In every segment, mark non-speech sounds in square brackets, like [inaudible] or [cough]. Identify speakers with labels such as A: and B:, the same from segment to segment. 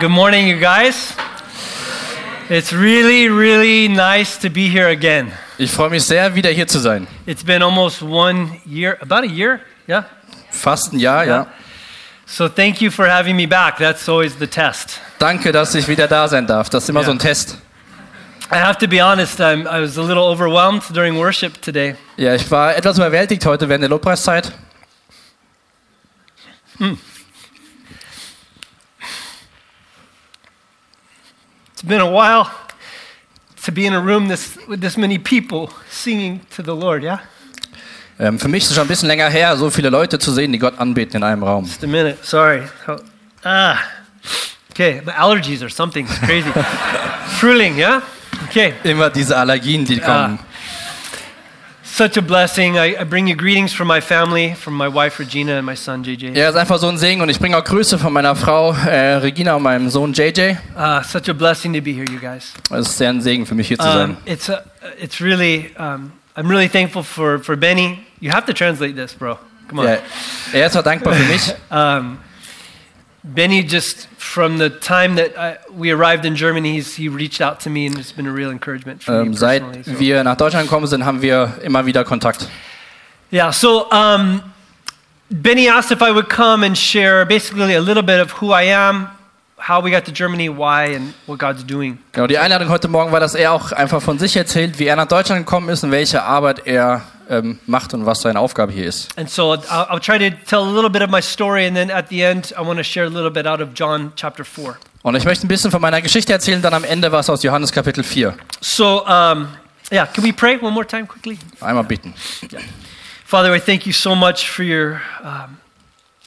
A: Good morning, you guys. It's really, really nice to be here again.
B: Ich freue mich sehr, wieder hier zu sein.
A: It's been almost one year, about a year, yeah?
B: Fast ein Jahr, ja.
A: So thank you for having me back. That's always the test.
B: Danke, dass ich wieder da sein darf. Das ist immer
A: Ja.
B: so ein Test.
A: I have to be honest, I'm, I was a little overwhelmed during worship today.
B: Ja, ich war etwas überwältigt heute während der Lobpreiszeit.
A: It's been a while to be in a room this, with this many people singing to the Lord, yeah?
B: Ähm, für mich ist es schon ein bisschen länger her, so viele Leute zu sehen, die Gott anbeten in einem Raum.
A: Just a minute, sorry. Oh, Ah, okay, but allergies or something, it's crazy. Fruling, yeah? Okay.
B: Immer diese Allergien, die kommen.
A: Such a blessing. I, I bring you greetings from my family, from my wife Regina and my son JJ.
B: Ja, ist einfach so ein Segen und ich bringe auch Grüße von meiner Frau äh, Regina und meinem Sohn JJ.
A: Uh, such a blessing to be here, you guys.
B: Es ist sehr ein Segen für mich hier zu sein.
A: Um, it's a, it's really um, I'm really thankful for for Benny. You have to translate this, bro. Come on.
B: Ja, er ist auch dankbar für [laughs] mich.
A: Um, Benny just from the time that I, we arrived in Germany, he's, he reached out to me, and it's been a real encouragement for me
B: Ähm, seit
A: personally. so-
B: wir nach Deutschland gekommen sind, haben wir immer wieder Kontakt.
A: Yeah, so um, Benny asked if I would come and share basically a little bit of who I am, how we got to Germany, why, and what God's doing.
B: Genau, die Einladung heute Morgen war, dass er auch einfach von sich erzählt, wie er nach Deutschland gekommen ist und welche Arbeit er ähm, macht und was seine Aufgabe hier ist.
A: And so I'll, I'll try to tell a little bit of my story, and then at the end, I want to share a little bit out of John chapter 4.
B: Und ich möchte ein bisschen von meiner Geschichte erzählen, dann am Ende was aus Johannes Kapitel 4.
A: So, um, yeah, can we pray one more time quickly?
B: Einmal bitten.
A: Father, I thank you so much for your. Um,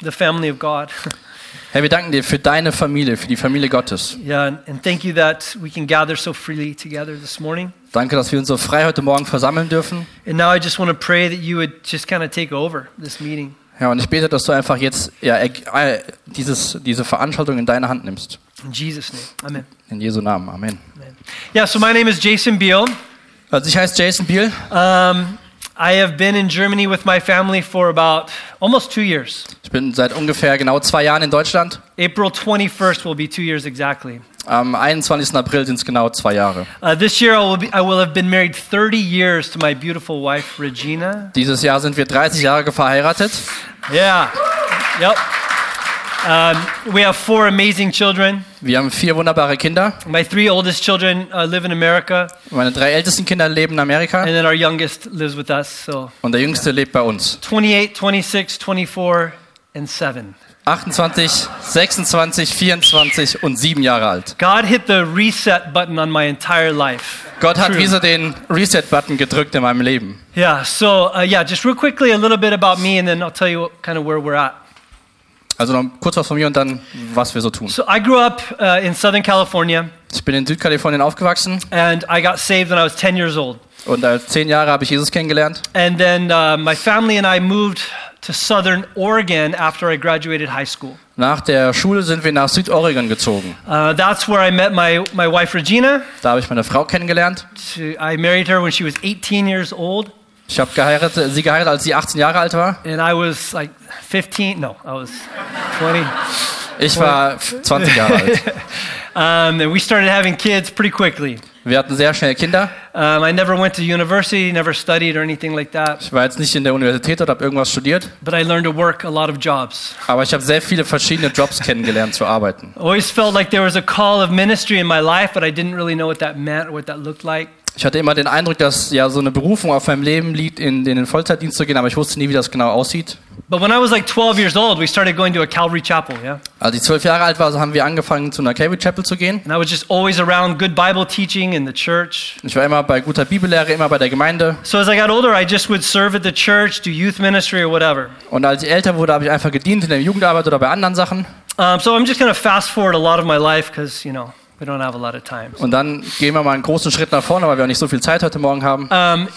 A: the family of God. [laughs]
B: Herr, wir danken dir für deine Familie, für die Familie Gottes.
A: yeah, and, and thank you that we can gather so freely together this morning.
B: Danke, dass wir uns so frei heute Morgen versammeln dürfen.
A: And now I just want to pray that you would just kind of take over this meeting.
B: Ja, und ich bete, dass du einfach jetzt ja, er- äh, dieses, diese Veranstaltung in deine Hand nimmst.
A: In Jesus' name, amen.
B: In Jesu Namen. Amen.
A: amen. Yeah, so my name is Jason Beal.
B: Also ich heiße Jason Biel.
A: Um, I have been in Germany with my family for about almost two years.
B: Ich bin seit ungefähr genau zwei Jahren in Deutschland.
A: April 21st will be two years exactly.
B: Am 21. April sind es genau zwei Jahre.
A: Uh, this year I will, be, I will have been married 30 years to my beautiful wife, Regina.
B: Dieses Jahr sind wir 30 Jahre verheiratet.
A: Yeah, yep. Um, we have four amazing children.
B: Wir haben vier wunderbare Kinder.
A: My three oldest children uh, live in America,
B: Meine drei ältesten Kinder leben in Amerika
A: and then our youngest lives with us. So
B: und der jüngste lebt bei uns.
A: 28, 26, 24, and 7.
B: 28, 26, 24 und sieben Jahre alt.
A: God hit the reset button on my entire life.
B: Gott hat
A: True.
B: wie so den Reset-Button gedrückt in meinem Leben.
A: Yeah, so uh, yeah, just real quickly a little bit about me and then I'll tell you what, kind of where we're at.
B: Also noch kurz was von mir und dann, was wir so tun.
A: So I grew up uh, in Southern California
B: Ich bin in Südkalifornien aufgewachsen
A: and I got saved when I was 10 years old.
B: und als zehn Jahre habe ich Jesus kennengelernt.
A: And then uh, my family and I moved to Southern Oregon after I graduated high school.
B: Nach der Schule sind wir nach Südoregon gezogen.
A: Uh, that's where I met my, my wife Regina.
B: Da habe ich meine Frau kennengelernt.
A: She, I married her when she was 18 years old
B: Ich habe geheiratet, sie geheiratet, als sie 18 Jahre alt war.
A: and I was like 15, no, I was 20.
B: Ich war 20 Jahre alt.
A: Um, and we started having kids pretty quickly.
B: Wir hatten sehr schnell Kinder.
A: Um, I never went to university, never studied or anything like that,
B: Ich war jetzt nicht in der Universität und habe irgendwas studiert,
A: but I learned to work a lot of jobs.
B: aber ich habe sehr viele verschiedene Jobs kennengelernt zu arbeiten.
A: I always felt like there was a call of ministry in my life, but I didn't really know what that meant or what that looked like.
B: Ich hatte immer den Eindruck, dass ja so eine Berufung auf meinem Leben liegt, in, in den Vollzeitdienst zu gehen, aber ich wusste nie, wie das genau aussieht.
A: But when I was like 12 years old, we started going to a Calvary chapel, yeah?
B: Als ich zwölf Jahre alt war, so haben wir angefangen, zu einer Calvary Chapel zu gehen.
A: And I was just always around good Bible teaching in the church.
B: Ich war immer bei guter Bibellehre, immer bei der Gemeinde.
A: So as I got older, I just would serve at the church, do youth ministry or whatever.
B: Und als ich älter wurde, habe ich einfach gedient in der Jugendarbeit oder bei anderen Sachen.
A: Um, so I'm just going to fast forward a lot of my life because, you know, we don't have a lot of time.
B: Und dann gehen wir mal einen großen Schritt nach vorne, weil wir auch nicht so viel Zeit heute Morgen haben.
A: Um,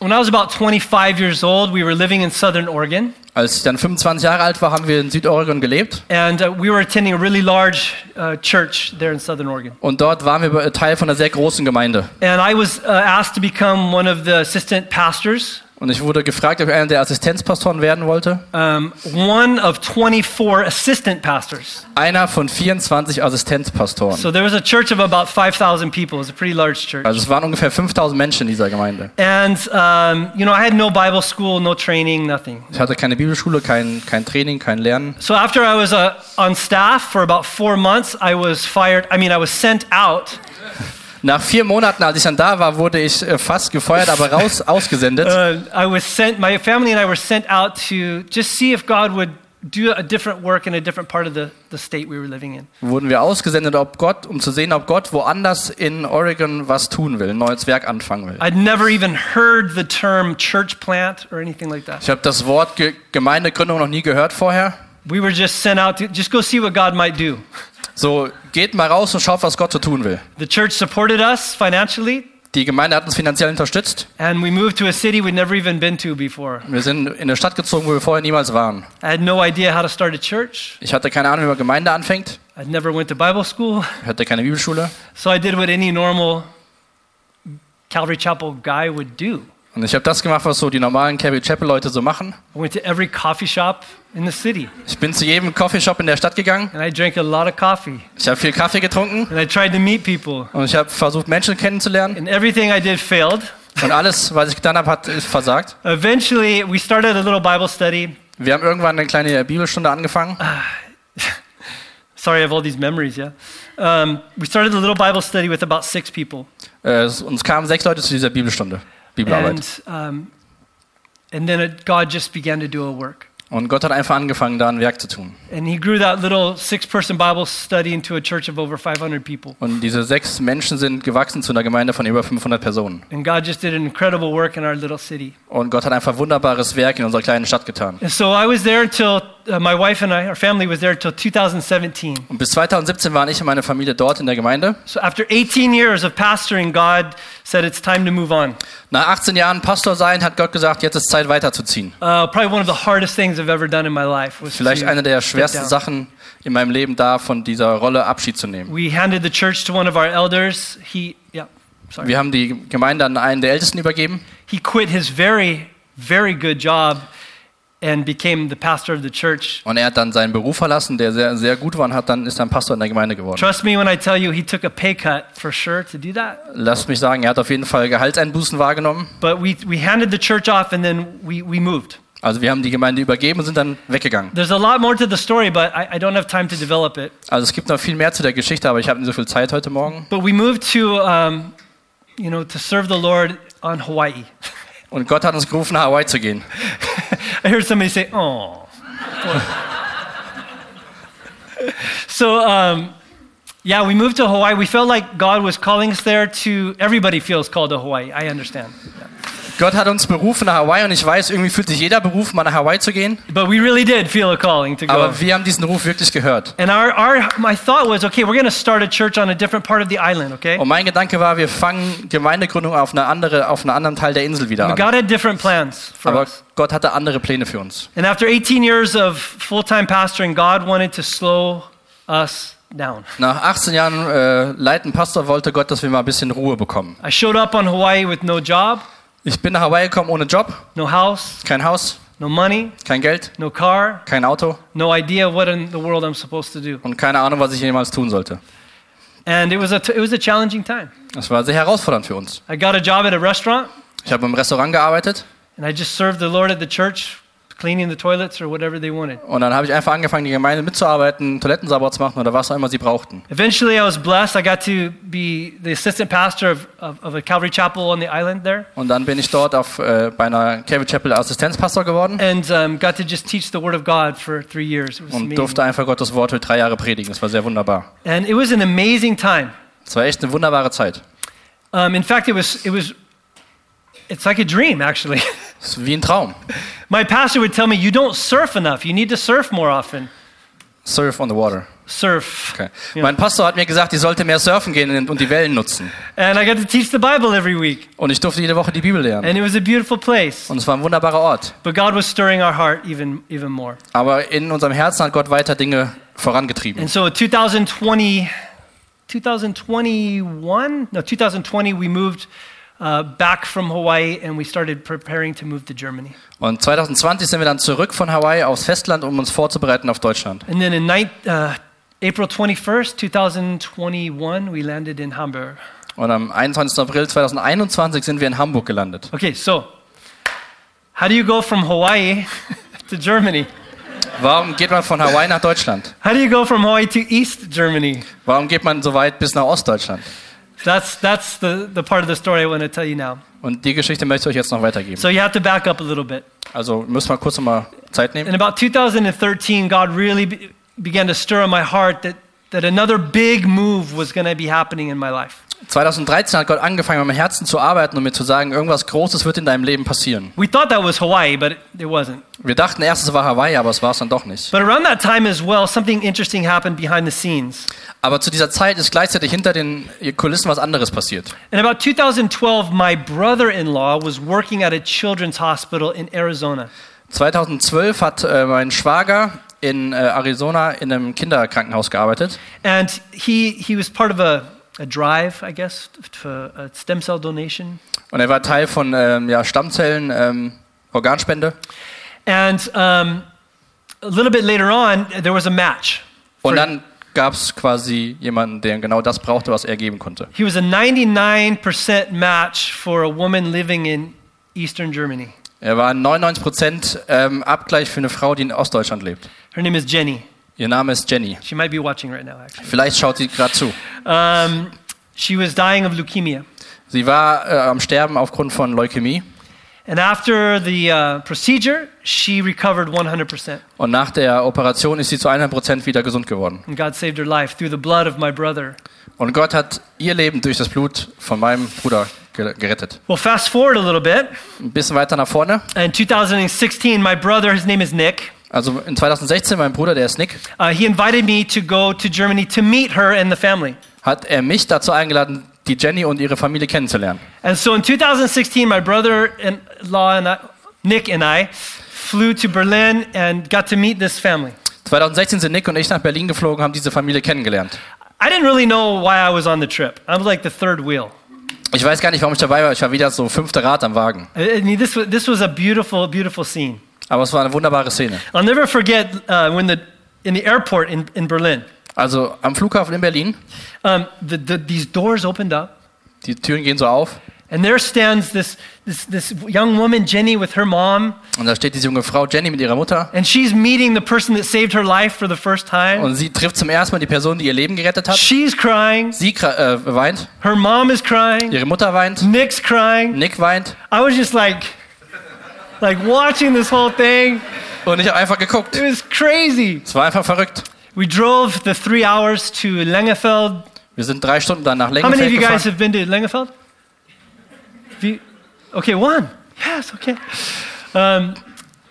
A: when I was about 25 years old, we were living in Southern Oregon,
B: Als ich dann 25 Jahre alt war, haben wir in Südoregon gelebt.
A: and uh, we were attending a really large uh, church there in Southern Oregon.
B: Und dort waren wir Teil von einer sehr großen Gemeinde.
A: And I was uh, asked to become one of the assistant pastors
B: Und ich wurde gefragt, ob ich einer der Assistenzpastoren werden wollte.
A: um, one of 24 assistant pastors.
B: Einer von 24 Assistenzpastoren.
A: So there was a church of about 5,000 people. It was a pretty large church.
B: Also es waren ungefähr 5000 Menschen in dieser Gemeinde.
A: And, um, you know, I had no Bible school, no training, nothing.
B: Ich hatte keine Bibelschule, kein, kein Training, kein Lernen.
A: So after I was uh, on staff for about four months, I was fired. I mean, I was sent out
B: Nach vier Monaten, als ich dann da war, wurde ich äh, fast gefeuert, aber raus ausgesendet.
A: uh, I was sent, my family and I were sent out to just see if God would do a different work in a different part of the, the state we were living in.
B: Wurden wir ausgesendet, ob Gott, um zu sehen, ob Gott woanders in Oregon was tun will, ein neues Werk anfangen will.
A: I'd never even heard the term church plant or anything like that.
B: Ich habe das Wort Ge Gemeindegründung noch nie gehört vorher.
A: We were just sent out to just go see what God might do.
B: So, geht mal raus und schaut, was Gott so tun will.
A: The church supported us financially,
B: Die Gemeinde hat uns finanziell unterstützt.
A: and we moved to a city we'd never even been to before.
B: Wir sind in eine Stadt gezogen, wo wir vorher niemals waren.
A: I had no idea how to start a church.
B: Ich hatte keine Ahnung, wie man Gemeinde anfängt.
A: I'd never went to Bible school. [laughs]
B: Ich hatte keine Bibelschule.
A: So I did what any normal Calvary Chapel guy would do.
B: Und ich habe das gemacht, was so die normalen Calvary Chapel Leute so machen.
A: I went to every coffee shop in the city
B: Ich bin zu jedem Coffeeshop in der Stadt gegangen.
A: and I drank a lot of coffee
B: Ich habe viel Kaffee getrunken
A: and I tried to meet people.
B: und ich habe versucht, Menschen kennenzulernen.
A: And everything I did failed.
B: Und alles, was ich getan habe, hat ist versagt.
A: Eventually, we started a little Bible study.
B: Wir haben irgendwann eine kleine Bibelstunde angefangen.
A: Sorry, I have all these memories, yeah? Um, we started a little Bible study with about six people.
B: Äh, es- uns kamen sechs Leute zu dieser Bibelstunde, Bibelarbeit.
A: And, um, and then it, God just began to do a work.
B: Und Gott hat einfach angefangen, da ein Werk zu tun.
A: And He grew that little six person Bible study into a church of over 500 people.
B: Und diese sechs Menschen sind gewachsen zu einer Gemeinde von über 500 Personen.
A: And God just did an incredible work in our little city.
B: Und Gott hat einfach wunderbares Werk in unserer kleinen Stadt getan.
A: And so I was there until uh, my wife and I, our family was there until 2017.
B: Und bis 2017 waren ich und meine Familie dort in der Gemeinde.
A: So after 18 years of pastoring, God said it's time to move on.
B: Nach 18 Jahren Pastor sein, hat Gott gesagt, jetzt ist Zeit weiterzuziehen.
A: Uh, probably one of the hardest things I've ever done in my life was
B: Vielleicht
A: to
B: eine der
A: step
B: schwersten
A: down.
B: Sachen in meinem Leben da, von dieser Rolle Abschied zu nehmen.
A: We handed the church to one of our elders. He, yeah, sorry.
B: Wir haben die Gemeinde an einen der Ältesten übergeben.
A: He quit his very, very good job and became the pastor of the church.
B: Und er hat dann seinen Beruf verlassen, der sehr, sehr gut war und hat dann, ist dann Pastor in der Gemeinde geworden.
A: Trust me when I tell you, he took a pay cut for sure to do that.
B: Lasst mich sagen, er hat auf jeden Fall Gehaltseinbußen wahrgenommen.
A: But we, we handed the church off and then we, we moved.
B: Also wir haben die Gemeinde übergeben und sind dann weggegangen.
A: There's a lot more to the story, but I, I don't have time to develop it.
B: Also es gibt noch viel mehr zu der Geschichte, aber ich habe nicht so viel Zeit heute Morgen.
A: But we moved to, um, you know, to serve the Lord on Hawaii.
B: Und Gott hat uns gerufen, nach Hawaii zu gehen.
A: I heard somebody say, "Oh." so, um, yeah, we moved to Hawaii. We felt like God was calling us there. To everybody feels called to Hawaii. I understand,
B: Gott hat uns berufen nach Hawaii und ich weiß, irgendwie fühlt sich jeder berufen, mal nach Hawaii zu gehen.
A: but we really did feel a calling to go.
B: Aber wir haben diesen Ruf wirklich gehört.
A: and our, our, my thought was, okay, we're going to start a church on a different part of the island. Okay,
B: Und mein Gedanke war, wir fangen Gemeindegründung auf einer andere, auf einem anderen Teil der Insel wieder an.
A: God had different plans for
B: Aber
A: us.
B: Gott hatte andere Pläne für uns.
A: And after 18 years of full-time pastoring, God wanted to slow us down.
B: Nach 18 Jahren äh, Leiten Pastor wollte Gott, dass wir mal ein bisschen Ruhe bekommen.
A: I showed up on Hawaii with no job,
B: Ich bin nach Hawaii gekommen ohne Job,
A: no house,
B: kein Haus,
A: no money,
B: kein Geld,
A: no car,
B: kein Auto
A: no idea what in the world I'm supposed to do.
B: und keine Ahnung, was ich jemals tun sollte.
A: And it was a, t- it was a challenging time.
B: Das war sehr herausfordernd für uns.
A: I got a job at a restaurant,
B: Ich habe im Restaurant gearbeitet
A: and I just served the Lord at the church, cleaning the toilets or whatever they wanted.
B: und dann habe ich einfach angefangen, die Gemeinde mitzuarbeiten, Toiletten sauber zu machen oder was auch immer sie brauchten.
A: Eventually, I was blessed. I got to be the assistant pastor of, of, of a Calvary chapel on the island there
B: Und dann bin ich dort auf, äh, bei einer Calvary Chapel Assistenzpastor geworden
A: and um, got to just teach the Word of God for three years. It was
B: und
A: amazing.
B: durfte einfach Gottes Wort für drei Jahre predigen. Das war sehr wunderbar.
A: And it was an amazing time.
B: Es war echt eine wunderbare Zeit.
A: Um, in fact, it was, it was, it's like a dream, actually. [laughs]
B: Es ist wie ein Traum.
A: My pastor would tell me, You don't surf enough. You need to surf more often.
B: Surf on the water.
A: Surf.
B: Okay.
A: Ja.
B: Mein Pastor hat mir gesagt, ich sollte mehr surfen gehen und die Wellen nutzen.
A: And I got to teach the Bible every week.
B: Und ich durfte jede Woche die Bibel lernen.
A: And it was a beautiful place.
B: Und es war ein wunderbarer Ort.
A: But God was stirring our heart even, even more.
B: Aber in unserem Herzen hat Gott weiter Dinge vorangetrieben.
A: And so 2020, 2021, no, 2020, we moved uh, back from Hawaii and we started preparing to move to Germany.
B: Und 2020 sind wir dann zurück von Hawaii aufs Festland, um uns vorzubereiten auf Deutschland.
A: And then in nine uh, April 21st, 2021, we landed in Hamburg.
B: Und am 21. April 2021 sind wir in Hamburg gelandet.
A: Okay, so how do you go from Hawaii [laughs] to Germany?
B: Warum geht man von Hawaii nach Deutschland?
A: How do you go from Hawaii to East Germany?
B: Warum geht man so weit bis nach Ostdeutschland?
A: That's, that's the, the part of the story I want to tell you now.
B: Und die Geschichte möchte ich euch jetzt noch weitergeben.
A: So you have to back up a little bit.
B: Also müssen wir kurz nochmal Zeit
A: In
B: nehmen.
A: about 2013, God really be- began to stir in my heart that, that another big move was going to be happening in my life.
B: 2013 hat Gott angefangen, an meinem Herzen zu arbeiten und mir zu sagen, irgendwas Großes wird in deinem Leben passieren.
A: We thought that was Hawaii, but it, it wasn't.
B: Wir dachten erst, es war Hawaii, aber es war es dann doch nicht.
A: But around that time as well, something interesting happened behind the scenes.
B: Aber zu dieser Zeit ist gleichzeitig hinter den Kulissen was anderes passiert.
A: In about 2012, my brother in law was working at a children's hospital in Arizona.
B: 2012 hat äh, mein Schwager in äh, Arizona in einem Kinderkrankenhaus gearbeitet
A: And he, he was part of a, a drive, I guess, for a stem cell donation.
B: und er war Teil von ähm, ja, Stammzellen, ähm, Organspende.
A: And um, a little bit later on, there was a match.
B: Und dann gab es quasi jemanden, der genau das brauchte, was er geben konnte.
A: He was a 99% match for a woman living in Eastern Germany.
B: Er war 99% ähm, Abgleich für eine Frau, die in Ostdeutschland lebt.
A: Her name is Jenny.
B: Ihr Name ist Jenny.
A: She might be watching right now, actually.
B: Vielleicht schaut sie gerade zu.
A: Um, she was dying of leukemia.
B: Sie war äh, am Sterben aufgrund von Leukämie
A: And after the uh, procedure, she recovered 100%.
B: und nach der Operation ist sie zu 100% wieder gesund geworden.
A: And God saved her life through the blood of my brother.
B: Und Gott hat ihr Leben durch das Blut von meinem Bruder ge- gerettet.
A: Well, fast forward a little bit.
B: Ein bisschen weiter nach vorne.
A: In 2016, my brother, his name is Nick,
B: Also in 2016, mein Bruder, der ist Nick,
A: uh, he invited me to go to Germany to meet her and the family.
B: hat er mich dazu eingeladen, die Jenny und ihre Familie kennenzulernen.
A: And so in 2016, my brother-in-law and I, Nick and I flew to Berlin and got to meet this family.
B: 2016 sind Nick und ich nach Berlin geflogen, haben diese Familie kennengelernt.
A: I didn't really know why I was on the trip. I was like the third wheel.
B: Ich weiß gar nicht, warum ich dabei war. Ich war wieder so fünfter Rad am Wagen.
A: I I mean, this was, this was a beautiful, beautiful scene.
B: Aber es war eine wunderbare Szene.
A: I'll never forget uh, when the in the airport in, in Berlin,
B: Also am Flughafen in Berlin,
A: um, the, the, these doors opened up,
B: die Türen gehen so auf
A: and there stands this, this this young woman Jenny with her mom,
B: und da steht diese junge Frau Jenny mit ihrer Mutter
A: and she's meeting the person that saved her life for the first time.
B: und sie trifft zum ersten Mal die Person, die ihr Leben gerettet hat.
A: She's crying.
B: Sie kra- äh, weint,
A: Her mom is crying.
B: ihre Mutter weint,
A: Nick's crying.
B: Nick weint
A: I was just like, like watching this whole thing.
B: und ich habe einfach geguckt.
A: It was crazy.
B: Es war einfach verrückt.
A: We drove the three hours to Langefeld.
B: Wir sind drei Stunden dann nach
A: How many of
B: Lengenfeld
A: you guys
B: gefahren.
A: have been to Langefeld? Have you- okay, one. Yes, okay. Um,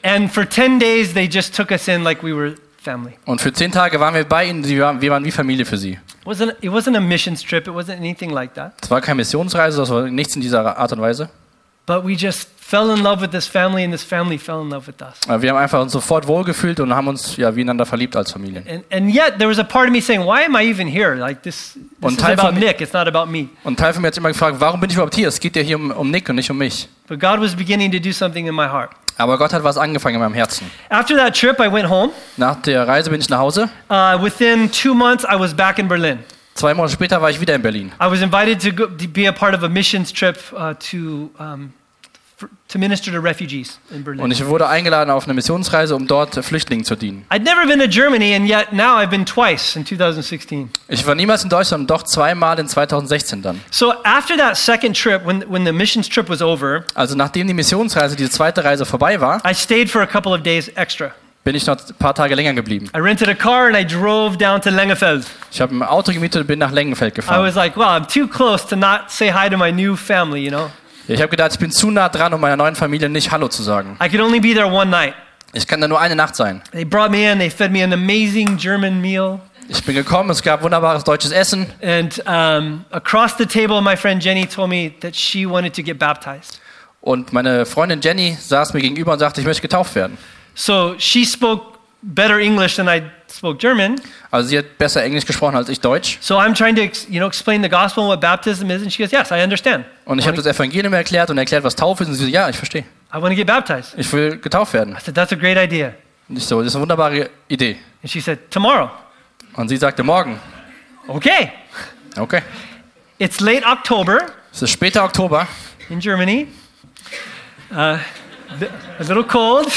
A: and for 10 days, they just took us in like we were family.
B: Und für zehn Tage waren wir bei ihnen. Sie waren, wir waren wie Familie für sie.
A: It wasn't, it wasn't a missions trip, it wasn't anything like that.
B: Es war keine Missionsreise, das war nichts in dieser Art und Weise.
A: But we just fell in love with this family, and this family fell in love with us.
B: Aber wir haben einfach uns sofort wohlgefühlt und haben uns ja wie einander verliebt als Familie.
A: And, and yet there was a part of me saying, why am I even here? Like this, this is
B: Und Teil von
A: about
B: mi-
A: Nick, it's not about me.
B: Und Teil von mir hat sich immer gefragt, warum bin ich überhaupt hier? Es geht ja hier um, um Nick und nicht um mich.
A: But God was beginning to do something in my heart.
B: Aber Gott hat was angefangen in meinem Herzen.
A: After that trip, I went home.
B: Nach der Reise bin ich nach Hause.
A: Uh, within two months, I was back in Berlin.
B: Zwei Monate später war ich wieder in Berlin.
A: I was invited to, go, to be a part of a missions trip uh, to, um, for, to minister to refugees in
B: Und
A: Berlin.
B: ich wurde eingeladen auf eine Missionsreise, um dort Flüchtlingen zu dienen.
A: I'd never been to Germany, and yet now I've been twice in 2016.
B: Ich war niemals in Deutschland, und doch zweimal in 2016 dann.
A: So after that second trip, when, when the missions trip was over,
B: Also nachdem die Missionsreise, diese zweite Reise vorbei war,
A: I stayed for a couple of days extra.
B: bin ich noch ein paar Tage länger geblieben.
A: I rented a car and I drove down to Lengefeld.
B: Ich habe ein Auto gemietet und bin nach Lengenfeld
A: I
B: gefahren.
A: was like, well, I'm too close to not say hi to my new family, you know?
B: Ich habe gedacht, ich bin zu nah dran, um meiner neuen Familie nicht Hallo zu sagen.
A: I could only be there one night.
B: Ich kann da nur eine Nacht sein.
A: They brought me in, they fed me an amazing German meal.
B: Ich bin gekommen, es gab wunderbares deutsches Essen.
A: And um, across the table, my friend Jenny told me that she wanted to get baptized.
B: Und meine Freundin Jenny saß mir gegenüber und sagte, ich möchte getauft werden.
A: So she spoke better English than I spoke German,
B: Also sie hat besser Englisch gesprochen als ich Deutsch.
A: so I'm trying to ex- you know explain the gospel and what baptism is, and she goes, "Yes, I understand.
B: Und ich habe das Evangelium erklärt und erklärt, was Taufe ist. Und sie so, ja, ich verstehe.
A: I want to get baptized."
B: Ich will getauft werden.
A: I said, "That's a great idea,"
B: Und ich so, das ist eine wunderbare Idee.
A: and she said, "Tomorrow."
B: Und sie sagte, morgen.
A: Okay,
B: Okay.
A: it's late October
B: Es ist später Oktober.
A: in Germany. Uh, th- a little cold,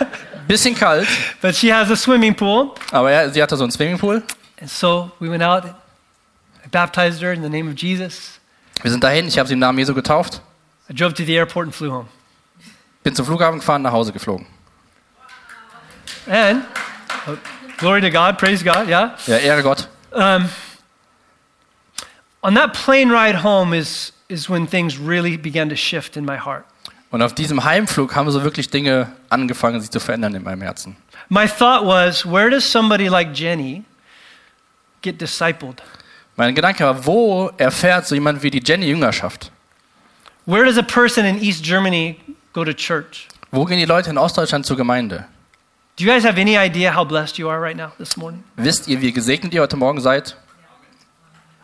A: [laughs]
B: Bisschen kalt.
A: but she has a swimming pool.
B: Aber ja, sie hatte so einen Swimmingpool.
A: And so we went out. I baptized her in the name of Jesus.
B: Wir sind dahin. Ich habe sie im Namen Jesu getauft.
A: I drove to the airport and flew home.
B: Bin zum Flughafen gefahren, nach Hause geflogen.
A: And oh, glory to God, praise God, yeah.
B: Ja, Ehre Gott.
A: Um, on that plane ride home is, is when things really began to shift in my heart.
B: Und auf diesem Heimflug haben so wirklich Dinge angefangen, sich zu verändern in meinem Herzen.
A: My thought was, where does somebody like Jenny get discipled?
B: Mein Gedanke war, wo erfährt so jemand wie die Jenny Jüngerschaft?
A: Where does a person in East Germany go to church?
B: Wo gehen die Leute in Ostdeutschland zur Gemeinde?
A: Do you guys have any idea how blessed you are right now this morning?
B: Wisst ihr, wie gesegnet ihr heute Morgen seid?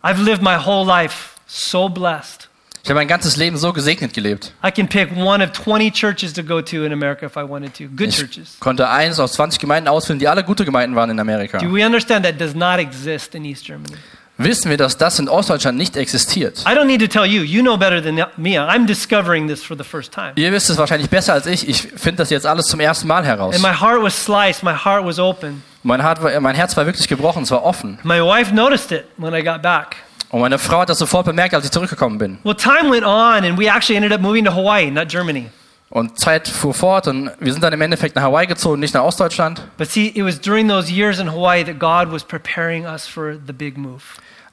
A: I've lived my whole life so blessed.
B: Ich habe mein ganzes Leben so gesegnet gelebt.
A: I can pick one of 20 churches to go to in America if I wanted to. Good
B: Ich
A: churches.
B: konnte eins aus 20 Gemeinden ausfinden, die alle gute Gemeinden waren in Amerika.
A: Do we understand that does not exist in East Germany?
B: Wissen wir, dass das in Ostdeutschland nicht existiert?
A: I don't need to tell you. You know better than me. I'm discovering this for the first time.
B: Ihr wisst es wahrscheinlich besser als ich. Ich finde das jetzt alles zum ersten Mal heraus.
A: And my heart was sliced. My heart was open.
B: Mein, Hart war, mein Herz war wirklich gebrochen, es war offen.
A: My wife noticed it when I got back.
B: Und meine Frau hat das sofort bemerkt, als ich zurückgekommen bin.
A: Well, time went on, and we actually ended up moving to Hawaii, not Germany.
B: Und Zeit fuhr fort und wir sind dann im Endeffekt nach Hawaii gezogen, nicht nach Ostdeutschland.
A: But see, it was during those years in Hawaii that God was preparing us for the big move.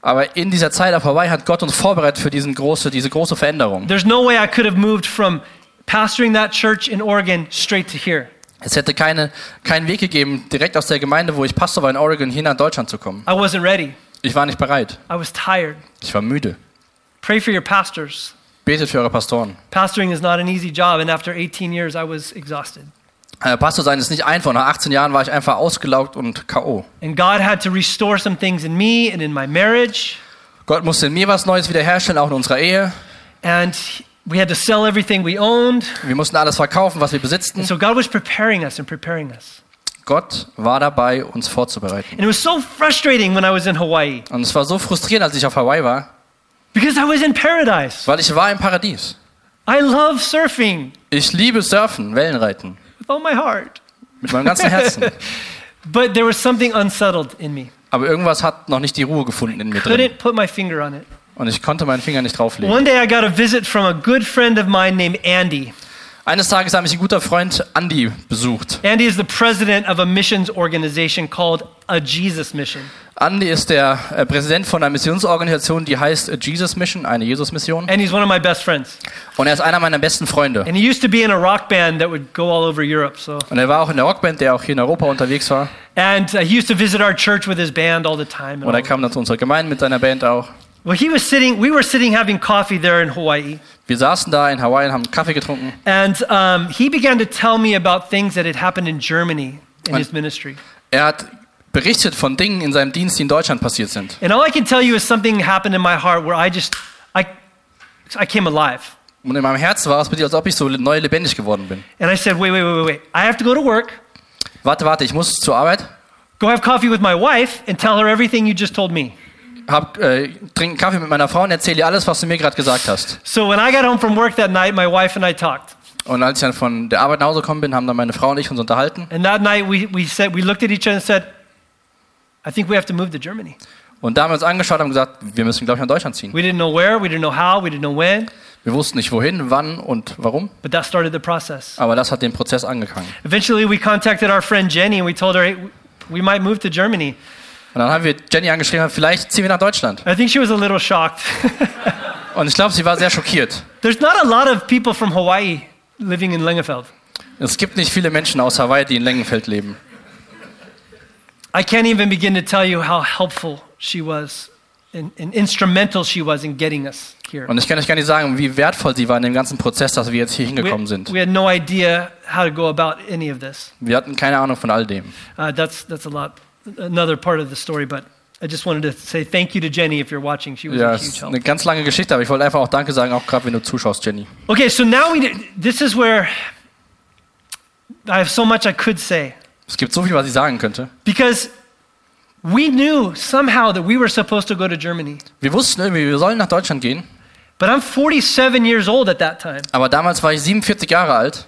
B: Aber in dieser Zeit auf Hawaii hat Gott uns vorbereitet für diesen große, diese große Veränderung.
A: There's no way I could have moved from pastoring that church in Oregon straight to here.
B: Es hätte keine, keinen Weg gegeben, direkt aus der Gemeinde, wo ich Pastor war in Oregon, hier nach Deutschland zu kommen.
A: I wasn't ready.
B: Ich war nicht bereit.
A: I was tired.
B: Ich war müde.
A: Pray for your pastors.
B: Betet für eure Pastoren.
A: Pastoring is not an easy job, and after 18 years, I was exhausted.
B: Äh, Pastor sein ist nicht einfach. Nach 18 Jahren war ich einfach ausgelaugt und K.O.
A: And God had to restore some things in me and in my marriage.
B: Gott musste in mir was Neues wiederherstellen, auch in unserer Ehe.
A: And we had to sell everything we owned.
B: Wir mussten alles verkaufen, was wir besitzten.
A: And so God was preparing us and preparing us.
B: Gott war dabei, uns vorzubereiten.
A: And it was so frustrating when I was in Hawaii
B: Und es war so frustrierend, als ich auf Hawaii war,
A: because I was in paradise.
B: weil ich war im Paradies.
A: I love surfing
B: Ich liebe Surfen, Wellenreiten.
A: with all my heart.
B: Mit meinem ganzen Herzen.
A: But there was something unsettled in me.
B: Aber irgendwas hat noch nicht die Ruhe gefunden in mir drin.
A: Couldn't put my finger on it.
B: Und ich konnte meinen Finger nicht drauflegen.
A: One day I got a visit from a good friend of mine named Andy.
B: Eines Tages hat mich ein guter Freund Andy besucht.
A: Andy is the president of a missions organization called A Jesus Mission.
B: Andy ist der äh, Präsident von einer Missionsorganisation, die heißt äh, Jesus Mission, eine Jesus-Mission.
A: And he's one of my best friends.
B: Und er ist einer meiner besten Freunde.
A: And he used to be in a rock band that would go all over Europe. So,
B: Und er war auch in der Rockband, der auch hier in Europa unterwegs war.
A: and uh, he used to visit our church with his band all the time. and
B: Und er
A: all-
B: kam dann zu unserer Gemeinde mit seiner Band auch.
A: Well, he was sitting. We were sitting having coffee there in Hawaii,
B: Wir saßen da in Hawaii und haben Kaffee getrunken.
A: and um, he began to tell me about things that had happened in Germany in
B: Und-
A: his ministry.
B: Er hat berichtet von Dingen in seinem Dienst, die in Deutschland passiert sind.
A: And all I can tell you is something happened in my heart where I just, I, I came alive.
B: Und in meinem Herzen war es wirklich, als ob ich so neu lebendig geworden bin.
A: And I said, wait, wait, wait, wait, wait. I have to go to work.
B: Warte, warte, ich muss zur Arbeit.
A: Go have coffee with my wife and tell her everything you just told me.
B: hab, äh, trinke einen Kaffee mit meiner Frau und erzähle ihr alles, was du mir gerade gesagt hast.
A: So when I got home from work that night, my wife and I talked.
B: Und als ich dann von der Arbeit nach Hause gekommen bin, haben dann meine Frau und ich uns unterhalten.
A: And that night we, we said we looked at each other and said, I think we have to move to Germany.
B: Und da haben wir uns angeschaut und haben gesagt, wir müssen, glaube ich, nach Deutschland ziehen.
A: We didn't know where, we didn't know how, we didn't know when,
B: Wir wussten nicht, wohin, wann und warum,
A: but that started the process.
B: aber das hat den Prozess angefangen.
A: Eventually we contacted our friend Jenny and we told her, hey, we might move to Germany.
B: Und dann haben wir Jenny angeschrieben, vielleicht ziehen wir nach Deutschland.
A: I think she was a little shocked. [laughs]
B: Und ich glaube, sie war sehr schockiert.
A: There's not a lot of people from Hawaii living in Lengefeld.
B: Es gibt nicht viele Menschen aus Hawaii, die in Lengenfeld leben.
A: I can't even begin to tell you how helpful she was and, and instrumental she was in getting us here.
B: Und ich kann euch gar nicht sagen, wie wertvoll sie war in dem ganzen Prozess, dass wir jetzt hier
A: We,
B: hingekommen sind.
A: we had no idea how to go about any of this.
B: Wir hatten keine Ahnung von all dem.
A: Uh, that's, that's a lot another part of the story, but I just wanted to say thank you to Jenny if you're watching. She was
B: Ja,
A: a
B: es
A: huge
B: ist
A: help.
B: eine ganz lange Geschichte, aber ich wollte einfach auch Danke sagen, auch gerade wenn du zuschaust, Jenny.
A: Okay, so now we. d- This is where I have so much I could say
B: Es gibt so viel, was ich sagen könnte.
A: because we knew somehow that we were supposed to go to Germany,
B: Wir wussten irgendwie, wir sollen nach Deutschland gehen,
A: but I'm 47 years old at that time,
B: aber damals war ich 47 Jahre alt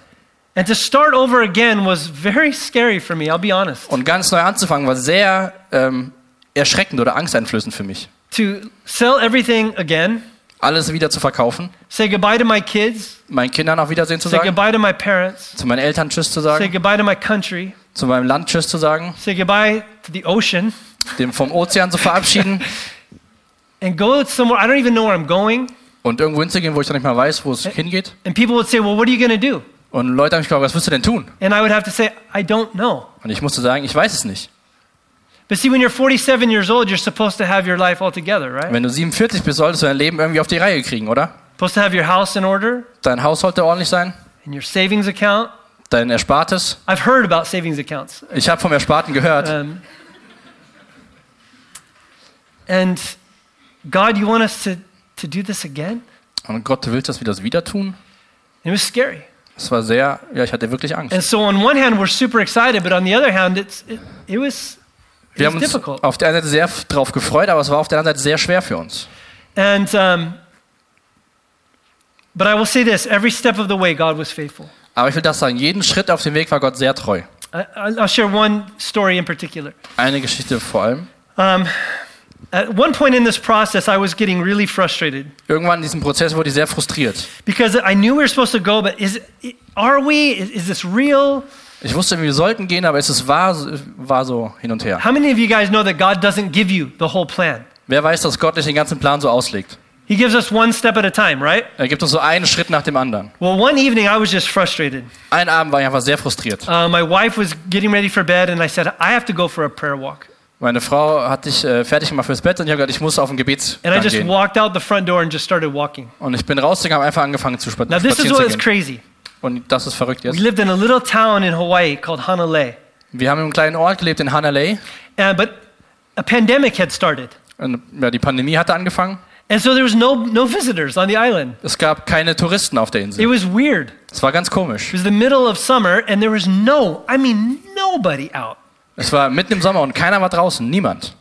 A: and to start over again was very scary for me. I'll be honest.
B: und ganz neu anzufangen war sehr ähm, erschreckend oder angsteinflößend für mich.
A: To sell everything again,
B: Alles wieder zu verkaufen,
A: say goodbye to my kids,
B: meinen Kindern auf Wiedersehen zu
A: say
B: sagen,
A: goodbye to my parents,
B: zu meinen Eltern Tschüss zu
A: say
B: sagen,
A: goodbye to my country,
B: zu meinem Land Tschüss zu sagen,
A: say goodbye to the ocean,
B: dem vom Ozean zu verabschieden
A: and go somewhere. I don't even know where I'm going.
B: und irgendwo hinzugehen, wo ich noch nicht mal weiß, wo es hingeht.
A: And people would say, Well, what are you going to do?
B: Und Leute haben mich gefragt, was wirst du denn tun?
A: And I would have to say, I don't know.
B: Und ich musste sagen, ich weiß es nicht.
A: But see, when you're 47 years old, you're supposed to have your life all together, right?
B: Wenn du 47 bist, solltest du dein Leben irgendwie auf die Reihe kriegen, oder?
A: Supposed to have your house in order
B: Dein Haus sollte ordentlich sein,
A: and your savings account.
B: dein Erspartes.
A: I've heard about savings accounts.
B: Ich habe vom Ersparten gehört.
A: Um, and God, you want us to, to do this again?
B: Und Gott, du willst, dass wir das wieder tun?
A: And it was scary.
B: Es war sehr, ja, ich hatte wirklich
A: And
B: Angst.
A: so, on one hand, we're super excited, but on the other hand, it's, it, it was, it
B: Wir
A: was
B: haben uns
A: difficult.
B: auf der einen Seite sehr f- drauf gefreut, aber es war auf der anderen Seite sehr schwer für uns.
A: And, um, but I will say this every step of the way, God was faithful.
B: Aber ich will das sagen, jeden Schritt auf dem Weg war Gott sehr treu.
A: I, I'll I'll share one story in particular.
B: Eine Geschichte vor allem.
A: At one point in this process, I was getting really frustrated
B: Irgendwann in diesem Prozess wurde ich sehr frustriert.
A: because I knew we were supposed to go, but is are we? Is, is this real?
B: Ich wusste, wir sollten gehen, aber es ist wahr, war so hin und her.
A: How many of you guys know that God doesn't give you the whole plan?
B: Wer weiß, dass Gott nicht den ganzen Plan so auslegt?
A: He gives us one step at a time, right?
B: Er gibt uns so einen Schritt nach dem anderen.
A: Well, one evening I was just frustrated.
B: Einen Abend war ich einfach sehr frustriert.
A: Uh, my wife was getting ready for bed, and I said, I have to go for a prayer walk.
B: Meine Frau hat dich äh, fertig gemacht fürs Bett und ich habe gesagt, ich muss auf den
A: And I
B: Gebetsgang
A: just
B: gehen.
A: walked out the front door and just started walking.
B: Und ich bin rausgegangen, habe einfach angefangen zu spa-
A: Now, this is
B: spazieren
A: what is
B: zu gehen.
A: crazy.
B: Und das ist verrückt
A: We
B: jetzt.
A: lived in a little town in Hawaii called Hanalei,
B: Wir haben in einem kleinen Ort gelebt, in Hanalei.
A: uh, but a pandemic had started.
B: Und, ja, die Pandemie hatte angefangen.
A: And so there was no, no visitors on the island.
B: Es gab keine Touristen auf der
A: It
B: Insel.
A: was weird.
B: Es war ganz
A: It
B: komisch.
A: was the middle of summer, and there was no, I mean, nobody out.
B: Es war mitten im Sommer und keiner war draußen, niemand.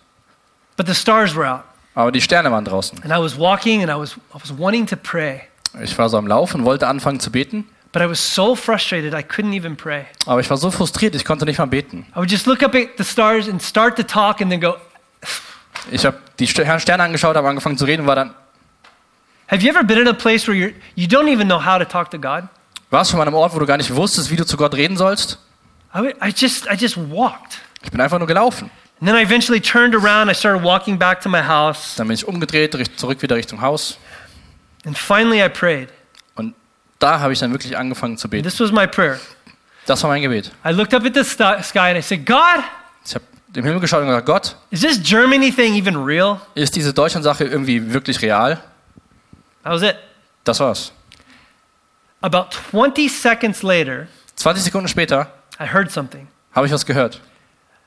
A: But the stars were out.
B: Aber die Sterne waren draußen.
A: And I was walking, and I was, I was wanting to pray.
B: Ich war so am Laufen, wollte anfangen zu beten,
A: But I was so frustrated, I couldn't even pray.
B: aber ich war so frustriert, ich konnte nicht mal beten.
A: I would just look up at the stars and start to talk, and then go,
B: Ich habe die St- Herrn Sterne angeschaut, habe angefangen zu reden und war dann,
A: Have you ever been in a place where you're, you don't even know how to talk to God?
B: warst du schon mal an einem Ort, wo du gar nicht wusstest, wie du zu Gott reden sollst?
A: I, would, I, just, I just walked.
B: Ich bin einfach nur gelaufen.
A: And then I eventually turned around, I started walking back to my house,
B: Dann bin ich umgedreht, richt- zurück wieder Richtung Haus.
A: and finally I prayed.
B: Und da habe ich dann wirklich angefangen zu beten.
A: This was my prayer.
B: Das war mein Gebet.
A: I looked up at the st- sky and I said, God,
B: Ich habe im Himmel geschaut und gesagt, Gott,
A: Is this Germany thing even real?
B: ist diese Deutschland-Sache irgendwie wirklich real?
A: That was it.
B: Das war's.
A: About 20 seconds later,
B: 20 Sekunden später
A: I heard something.
B: habe ich was gehört.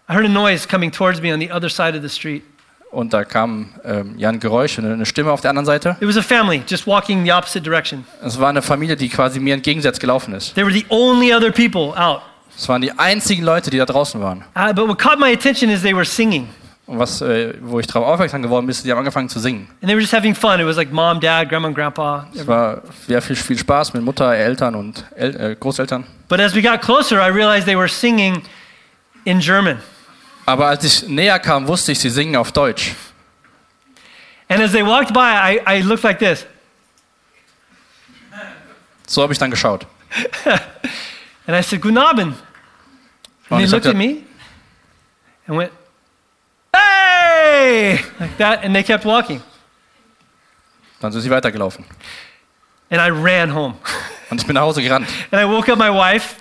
A: I heard a noise coming towards me on the other side of the street.
B: Und da kam ähm, ja ein Geräusch, eine eine Stimme auf der anderen Seite.
A: It was a family just walking the opposite direction.
B: Es war eine Familie, die quasi mir entgegensetzt gelaufen ist.
A: They were the only other people out.
B: Es waren die einzigen Leute, die da draußen waren.
A: Uh, but what caught my attention is they were singing
B: Und was, äh, wo ich darauf aufmerksam geworden bin, ist, die haben angefangen zu singen.
A: and they were just having fun. It was like mom, dad, grandma, and grandpa.
B: Es war sehr viel, viel Spaß mit Mutter, Eltern und El äh, Großeltern.
A: But as we got closer, I realized they were singing in German.
B: Aber als ich näher kam, wusste ich, sie singen auf Deutsch.
A: And as they walked by, I, I looked like this
B: So habe ich dann geschaut.
A: and I said, Guten Abend. And they
B: ich
A: looked at
B: sagte,
A: me and went, hey! Like that, and they kept walking.
B: dann sind sie weitergelaufen.
A: And I ran home. [laughs]
B: Und ich bin nach Hause gerannt.
A: And I woke up my wife.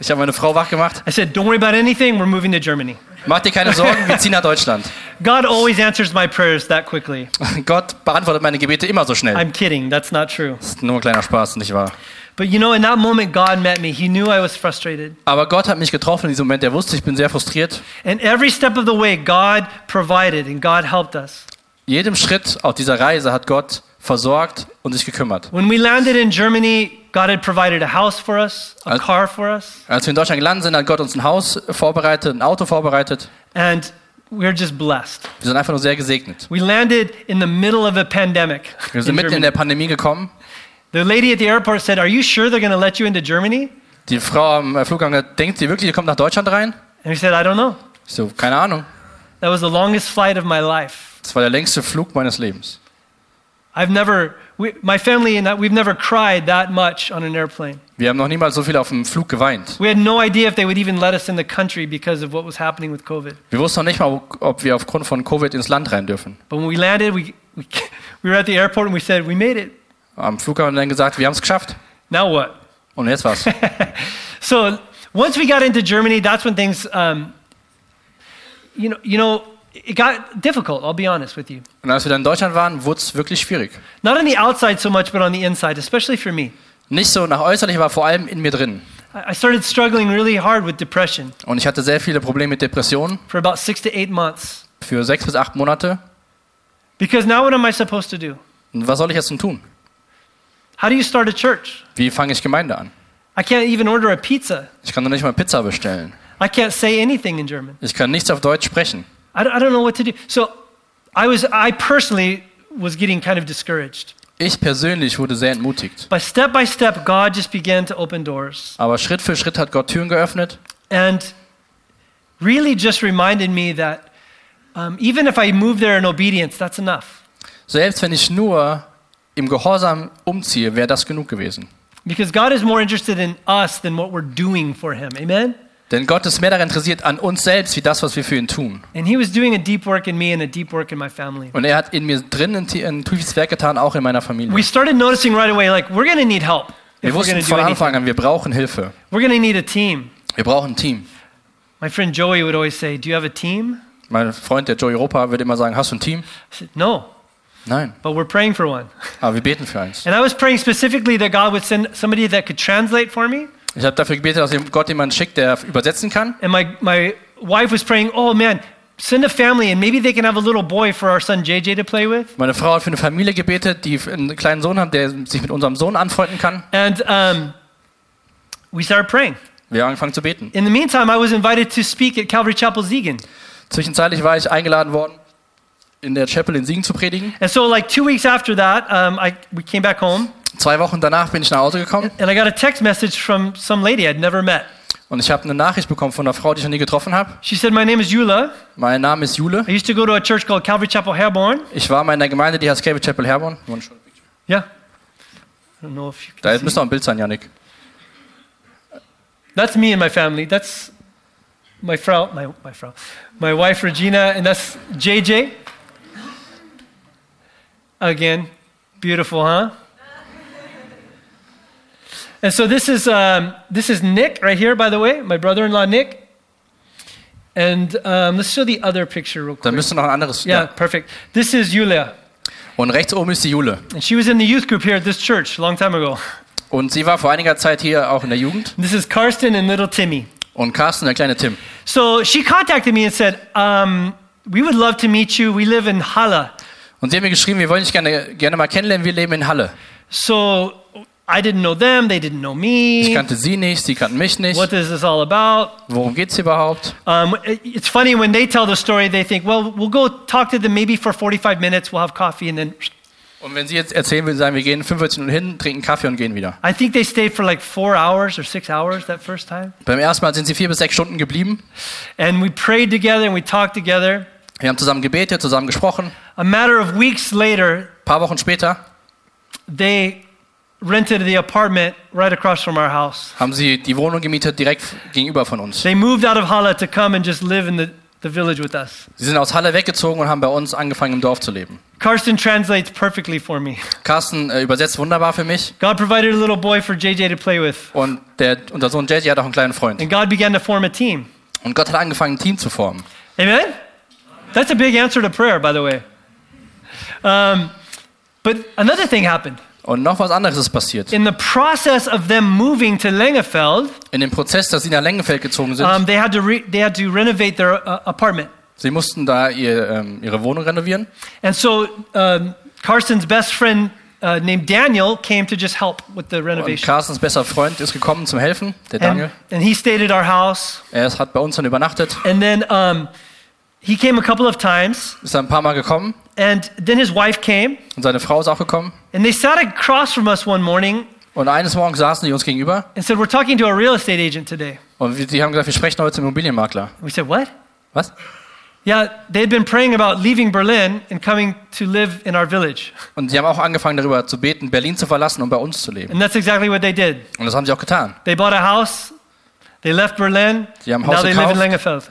B: Ich habe meine Frau wach gemacht.
A: I said, Don't worry about anything. We're moving to Germany.
B: Mach dir keine Sorgen, wir ziehen nach Deutschland.
A: God always answers my prayers that quickly.
B: Gott beantwortet meine Gebete immer so schnell.
A: I'm kidding. That's not true.
B: Das ist nur ein kleiner Spaß, nicht wahr?
A: But you know, in that moment, God met me. He knew I was frustrated.
B: Aber Gott hat mich getroffen in diesem Moment. Er wusste, ich bin sehr frustriert.
A: And every step of the way, God provided and God helped us.
B: Jedem Schritt auf dieser Reise hat Gott versorgt und sich gekümmert.
A: When we landed in Germany, God had provided a house for us, a
B: Al-
A: car for us,
B: Als wir in Deutschland gelandet sind, hat Gott uns ein Haus vorbereitet, ein Auto vorbereitet.
A: and we are just blessed.
B: Wir sind einfach nur sehr gesegnet.
A: We landed in the middle of a pandemic.
B: Wir sind
A: in
B: mitten in
A: Germany.
B: der Pandemie gekommen.
A: The lady at the airport said, Are you sure they're going to let you into Germany?
B: Die Frau am äh, Flughafen hat gesagt, denkt sie wirklich, ihr kommt nach Deutschland rein?
A: And we said, I don't know.
B: Ich so, keine Ahnung.
A: That was the longest flight of my life.
B: Das war der längste Flug meines Lebens.
A: I've never, we, my family and I, we've never cried that much on an airplane.
B: Wir haben noch niemals so viel auf dem Flug geweint.
A: We had no idea if they would even let us in the country because of what was happening with COVID.
B: Wir wussten noch nicht mal, ob- ob wir aufgrund von Covid ins Land rein dürfen.
A: But when we landed, we, we, [laughs] we were at the airport and we said, We made it.
B: Am Flughafen haben wir dann gesagt, wir haben es geschafft.
A: Now what?
B: Und
A: [laughs]
B: jetzt was?
A: So once we got into Germany, that's when things, um, you, know, you know, it got difficult, I'll be honest with you.
B: Und als wir dann in Deutschland waren, wurde es wirklich schwierig.
A: Not on the outside so much, but on the inside, especially for me.
B: Nicht so nach äußerlich, aber vor allem in mir drin.
A: I I started struggling really hard with depression
B: Und ich hatte sehr viele Probleme mit Depressionen
A: for about six to eight months.
B: für sechs bis acht Monate.
A: Because now what am I supposed to do?
B: Und was soll ich jetzt nun tun?
A: How do you start a church?
B: Wie fange ich Gemeinde an?
A: I can't even order a pizza.
B: Ich kann noch nicht mal Pizza bestellen.
A: I can't say anything in German.
B: Ich kann nichts auf Deutsch sprechen.
A: I don't, I don't know what to do. So I was, I personally was getting kind of discouraged.
B: Ich persönlich wurde sehr entmutigt.
A: But step by step, God just began to open doors
B: Aber Schritt für Schritt hat Gott Türen geöffnet
A: and really just reminded me that um, even if I move there in obedience, that's enough.
B: Selbst wenn ich nur im Gehorsam umziehe, wäre das genug gewesen.
A: Because God is more interested in us than what we're doing for Him. Amen?
B: Denn Gott ist mehr daran interessiert an uns selbst, wie das, was wir für ihn tun.
A: And He was doing a deep work in me and a deep work in my family.
B: Und er hat in mir drin ein, tie- ein tiefes Werk getan, auch in meiner Familie.
A: We started noticing right away, like, we're going to need help.
B: Wir
A: If we're going to
B: wussten
A: do
B: von
A: anything.
B: Anfang an, wir brauchen Hilfe.
A: We're going to need a team.
B: Wir brauchen ein Team.
A: My friend Joey would always say, Do you have a team?
B: Mein Freund, der Joey Europa, wird immer sagen, hast du ein Team?
A: I said, No,
B: Nein,
A: but we're praying for one.
B: aber wir beten für eins.
A: And I was praying specifically that God would send somebody that could translate for me.
B: Ich habe dafür gebetet, dass Gott jemanden schickt, der übersetzen kann.
A: And my, my wife was praying, Oh man, send a family and maybe they can have a little boy for our son JJ to play with.
B: Meine Frau hat für eine Familie gebetet, die einen kleinen Sohn hat, der sich mit unserem Sohn anfreunden kann.
A: And um, we started praying.
B: Wir haben angefangen zu beten.
A: In the meantime, I was invited to speak at Calvary Chapel Zegan.
B: Zwischenzeitlich war ich eingeladen worden, in der Chapel in Siegen zu predigen.
A: And so, like two weeks after that, um, I, we came back home
B: Zwei Wochen danach bin ich nach Hause gekommen
A: and I got a text message from some lady I'd never met.
B: und ich habe eine Nachricht bekommen von einer Frau, die ich noch nie getroffen habe.
A: She said, My name is Eula.
B: Mein Name ist Jule.
A: I used to go to a church called Calvary Chapel Herborn.
B: Ich war mal in der Gemeinde, die heißt Cable Chapel Herborn.
A: Yeah. I don't know if you
B: Da
A: can see.
B: müsste auch ein Bild sein, Janik.
A: That's me and my family. That's my Frau, my, my Frau, my wife Regina, and that's JJ. Again, beautiful, huh? And so this is um, this is Nick right here, by the way, my brother-in-law Nick. And um, let's show the other picture real
B: Da
A: quick.
B: müsste noch ein anderes.
A: Yeah, perfect. This is Yulia,
B: Und rechts oben ist die Jule.
A: and she was in the youth group here at this church a long time ago.
B: Und sie war vor einiger Zeit hier auch in der Jugend.
A: This is Karsten and little Timmy.
B: Und Carsten, der kleine Tim.
A: So she contacted me and said, um, We would love to meet you. We live in Halle.
B: Und sie haben mir geschrieben, wir wollen dich gerne, gerne mal kennenlernen. Wir leben in Halle.
A: So I didn't know them. They didn't know
B: Ich
A: me.
B: kannte sie nicht, sie kannten mich nicht.
A: What is this all about?
B: Worum geht's hier überhaupt?
A: Um, it- it's funny when they tell the story, they think, Well, we'll go talk to them maybe for 45 minutes. We'll have coffee. And then
B: Und wenn sie jetzt erzählen würden, sagen wir gehen 45 Minuten hin, trinken Kaffee und gehen wieder.
A: I think they stayed for like four hours or six hours that first time.
B: Beim ersten Mal sind sie vier bis sechs Stunden geblieben.
A: And we prayed together and we talked together.
B: Wir haben zusammen gebetet, zusammen gesprochen.
A: A matter of weeks later,
B: Ein paar Wochen später
A: they rented the apartment right across from our house.
B: haben sie die Wohnung gemietet, direkt gegenüber von uns.
A: They moved out of Halle to come and just live in the, the village with us.
B: Sie sind aus Halle weggezogen und haben bei uns angefangen, im Dorf zu leben.
A: Carson translates perfectly for me.
B: Carsten äh, übersetzt wunderbar für mich.
A: God provided a little boy for JJ to play with,
B: Und der, unser Sohn JJ hat auch einen kleinen Freund.
A: and God began to form a team.
B: Und Gott hat angefangen, ein Team zu formen.
A: Amen? That's a big answer to prayer, by the way. Um, but another thing happened.
B: Und noch was anderes ist passiert.
A: In the process of them moving to Langefeld,
B: In dem Prozess, dass sie nach Lengenfeld gezogen sind,
A: um, they, had to re- they had to renovate their uh, apartment.
B: sie mussten da ihr, ähm, ihre Wohnung renovieren.
A: And so um, Carson's best friend uh, named Daniel came to just help with the
B: Und
A: renovation.
B: Carstens bester Freund ist gekommen zum Helfen, der Daniel.
A: And, and he stayed at our house.
B: Er ist- hat bei uns dann übernachtet,
A: And then um, he came a couple of times.
B: ist dann ein paar Mal gekommen
A: And then his wife came.
B: und seine Frau ist auch gekommen.
A: And they sat across from us one morning
B: Und eines Morgens saßen die uns gegenüber
A: and said, We're talking to a real estate agent today.
B: und wir- die haben gesagt, wir sprechen heute zum Immobilienmakler.
A: And we said, What?
B: Was?
A: Yeah, they'd been praying about leaving Berlin and coming to live in our village.
B: Und sie haben auch angefangen darüber zu beten, Berlin zu verlassen und bei uns zu leben.
A: And that's exactly what they did.
B: Und das haben sie auch getan.
A: They bought a house, they left Berlin,
B: Sie haben ein
A: now
B: Haus
A: they live in
B: gekauft,
A: Langefeld.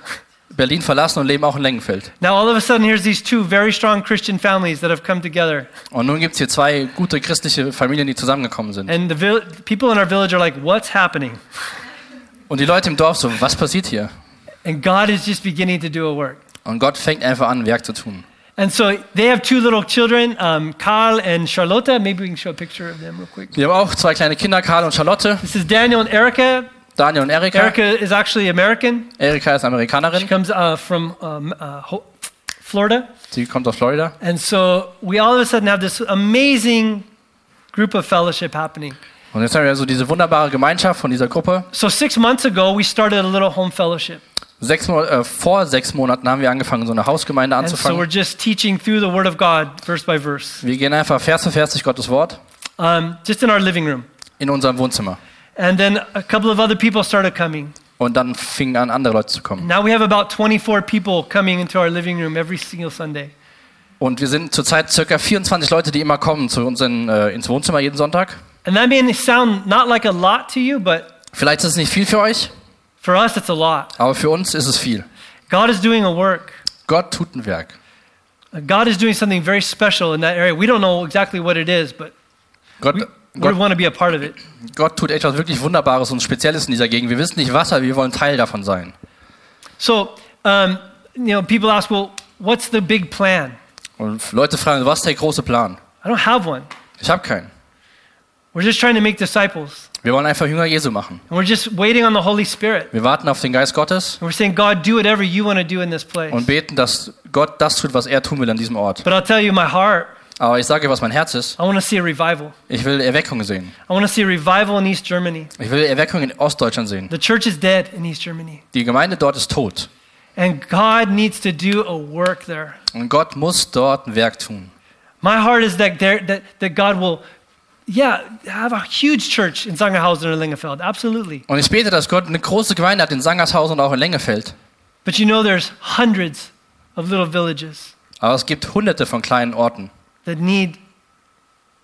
B: Berlin verlassen und leben auch in Lengenfeld.
A: Now all of a sudden here's these two very strong Christian families that have come together.
B: Und nun gibt es hier zwei gute christliche Familien, die zusammengekommen sind.
A: And the vil- people in our village are like, what's happening?
B: Und die Leute im Dorf so, was passiert hier?
A: And God is just beginning to do a work.
B: Und Gott fängt einfach an, Werk zu tun.
A: And so they have two little children, um, Carl and Charlotta. Maybe we can show a picture of them real quick.
B: Wir haben auch zwei kleine Kinder, Karl und Charlotte,
A: This is Daniel and Erica.
B: Daniel und Erika. Erika,
A: Erica is actually American.
B: ist
A: She
B: Amerikanerin,
A: comes uh, from um, uh, Ho- Florida.
B: sie kommt aus Florida.
A: And so we all of a sudden have this amazing group of fellowship happening.
B: Und jetzt haben wir so diese wunderbare Gemeinschaft von dieser Gruppe.
A: So six months ago, we started a little home fellowship.
B: Sechs, Mo- äh, vor sechs Monaten haben wir angefangen, so eine Hausgemeinde
A: And so we're
B: anzufangen.
A: just teaching through the Word of God, verse by verse,
B: Wir gehen einfach Vers für Vers durch Gottes Wort
A: um, just in our living room.
B: in unserem Wohnzimmer.
A: And then a couple of other people started coming.
B: Und dann fingen an, andere Leute zu kommen.
A: Now we have about 24 people coming into our living room every single Sunday.
B: Und wir sind zurzeit circa 24 Leute, die immer kommen zu uns in, äh, ins Wohnzimmer jeden Sonntag.
A: And that may sound not like a lot to you, but
B: Vielleicht ist es nicht viel für euch,
A: for us, it's a lot.
B: aber für uns ist es viel.
A: God is doing a work.
B: Gott tut ein Werk.
A: God is doing something very special in that area. We don't know exactly what it is, but
B: Gott,
A: we, we
B: Gott,
A: want to be a part of it.
B: Gott tut etwas wirklich Wunderbares und Spezielles in dieser Gegend. Wir wissen nicht was, aber wir wollen Teil davon sein.
A: So, um, you know, people ask, well, what's the big plan?
B: Und Leute fragen, was ist der große Plan?
A: I don't have one.
B: Ich habe keinen.
A: We're just trying to make disciples.
B: Wir wollen einfach Jünger Jesu machen.
A: And we're just waiting on the Holy Spirit.
B: Wir warten auf den Geist Gottes
A: And we're saying, God, do whatever you want to do in this place.
B: und beten, dass Gott das tut, was er tun will an diesem Ort.
A: But I'll tell you, my heart,
B: Aber ich sage, was mein Herz ist.
A: I want to see a revival.
B: Ich will Erweckung sehen.
A: I want to see a revival in East Germany.
B: Ich will Erweckung in Ostdeutschland sehen.
A: The church is dead in East Germany.
B: Die Gemeinde dort ist tot.
A: And God needs to do a work there.
B: Und Gott muss dort ein Werk tun.
A: My heart is that, there, that, that God will, yeah, have a huge church in Sangerhausen or Lingefeld. Absolutely.
B: Und ich bete, dass Gott eine große Gemeinde hat in Sangershausen und auch in Lengefeld.
A: But you know, there's hundreds of little villages
B: Aber es gibt hunderte von kleinen Orten,
A: that need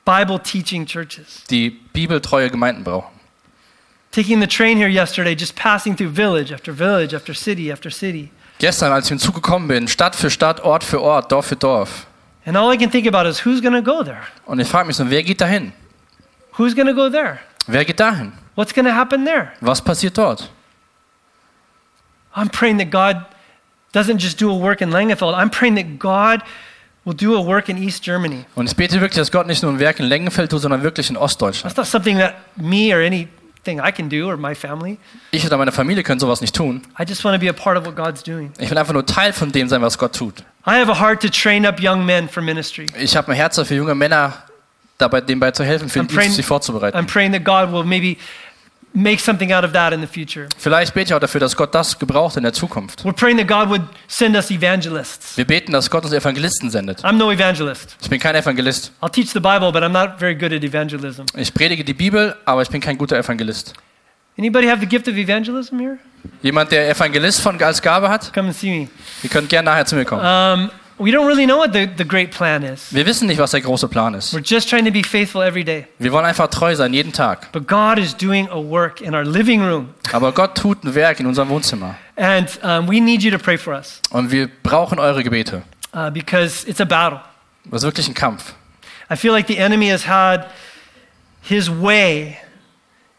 A: Bible teaching churches.
B: die bibeltreue Gemeinden brauchen.
A: Taking the train here yesterday, just passing through village after village, after city after city.
B: Gestern, als ich im Zug gekommen bin, Stadt für Stadt, Ort für Ort, Dorf für Dorf.
A: And all I can think about is who's going to go there?
B: Und ich frage mich so, wer geht dahin?
A: Who's going to go there?
B: Wer geht dahin?
A: What's going to happen there?
B: Was passiert dort?
A: I'm praying that God doesn't just do a work in Langenfeld. I'm praying that God will do a work in East Germany.
B: Und ich bete wirklich, dass Gott nicht nur ein Werk in Lengenfeld tut, sondern wirklich in Ostdeutschland.
A: That's not something that me or anything I can do or my family.
B: Ich oder meine Familie können sowas nicht tun.
A: I just want to be a part of what God's doing.
B: Ich will einfach nur Teil von dem sein, was Gott tut.
A: I have a heart to train up young men for ministry.
B: Ich habe ein Herz dafür, junge Männer dabei, dem bei zu helfen, für den
A: I'm praying-
B: Dienst sich vorzubereiten.
A: I'm praying that God will maybe make something out of that in the future.
B: Vielleicht bete ich auch dafür, dass Gott das gebraucht in der Zukunft.
A: We're praying that God would send us evangelists.
B: Wir beten, dass Gott uns Evangelisten sendet.
A: I'm no evangelist.
B: Ich bin kein Evangelist.
A: I'll teach the Bible, but I'm not very good at evangelism.
B: Ich predige die Bibel, aber ich bin kein guter Evangelist.
A: Anybody have the gift of evangelism here?
B: Jemand, der Evangelist von, als Gabe hat,
A: Come and see me.
B: ihr könnt gerne nachher zu mir kommen.
A: Um, we don't really know what the, the great plan is.
B: Wir wissen nicht, was der große Plan ist.
A: We're just trying to be faithful every day.
B: Wir wollen einfach treu sein, jeden Tag.
A: But God is doing a work in our living room.
B: Aber Gott tut ein Werk in unserem Wohnzimmer.
A: And um, we need you to pray for us
B: Und wir brauchen eure Gebete,
A: uh, because it's a battle.
B: Das ist wirklich ein Kampf.
A: I feel like the enemy has had his way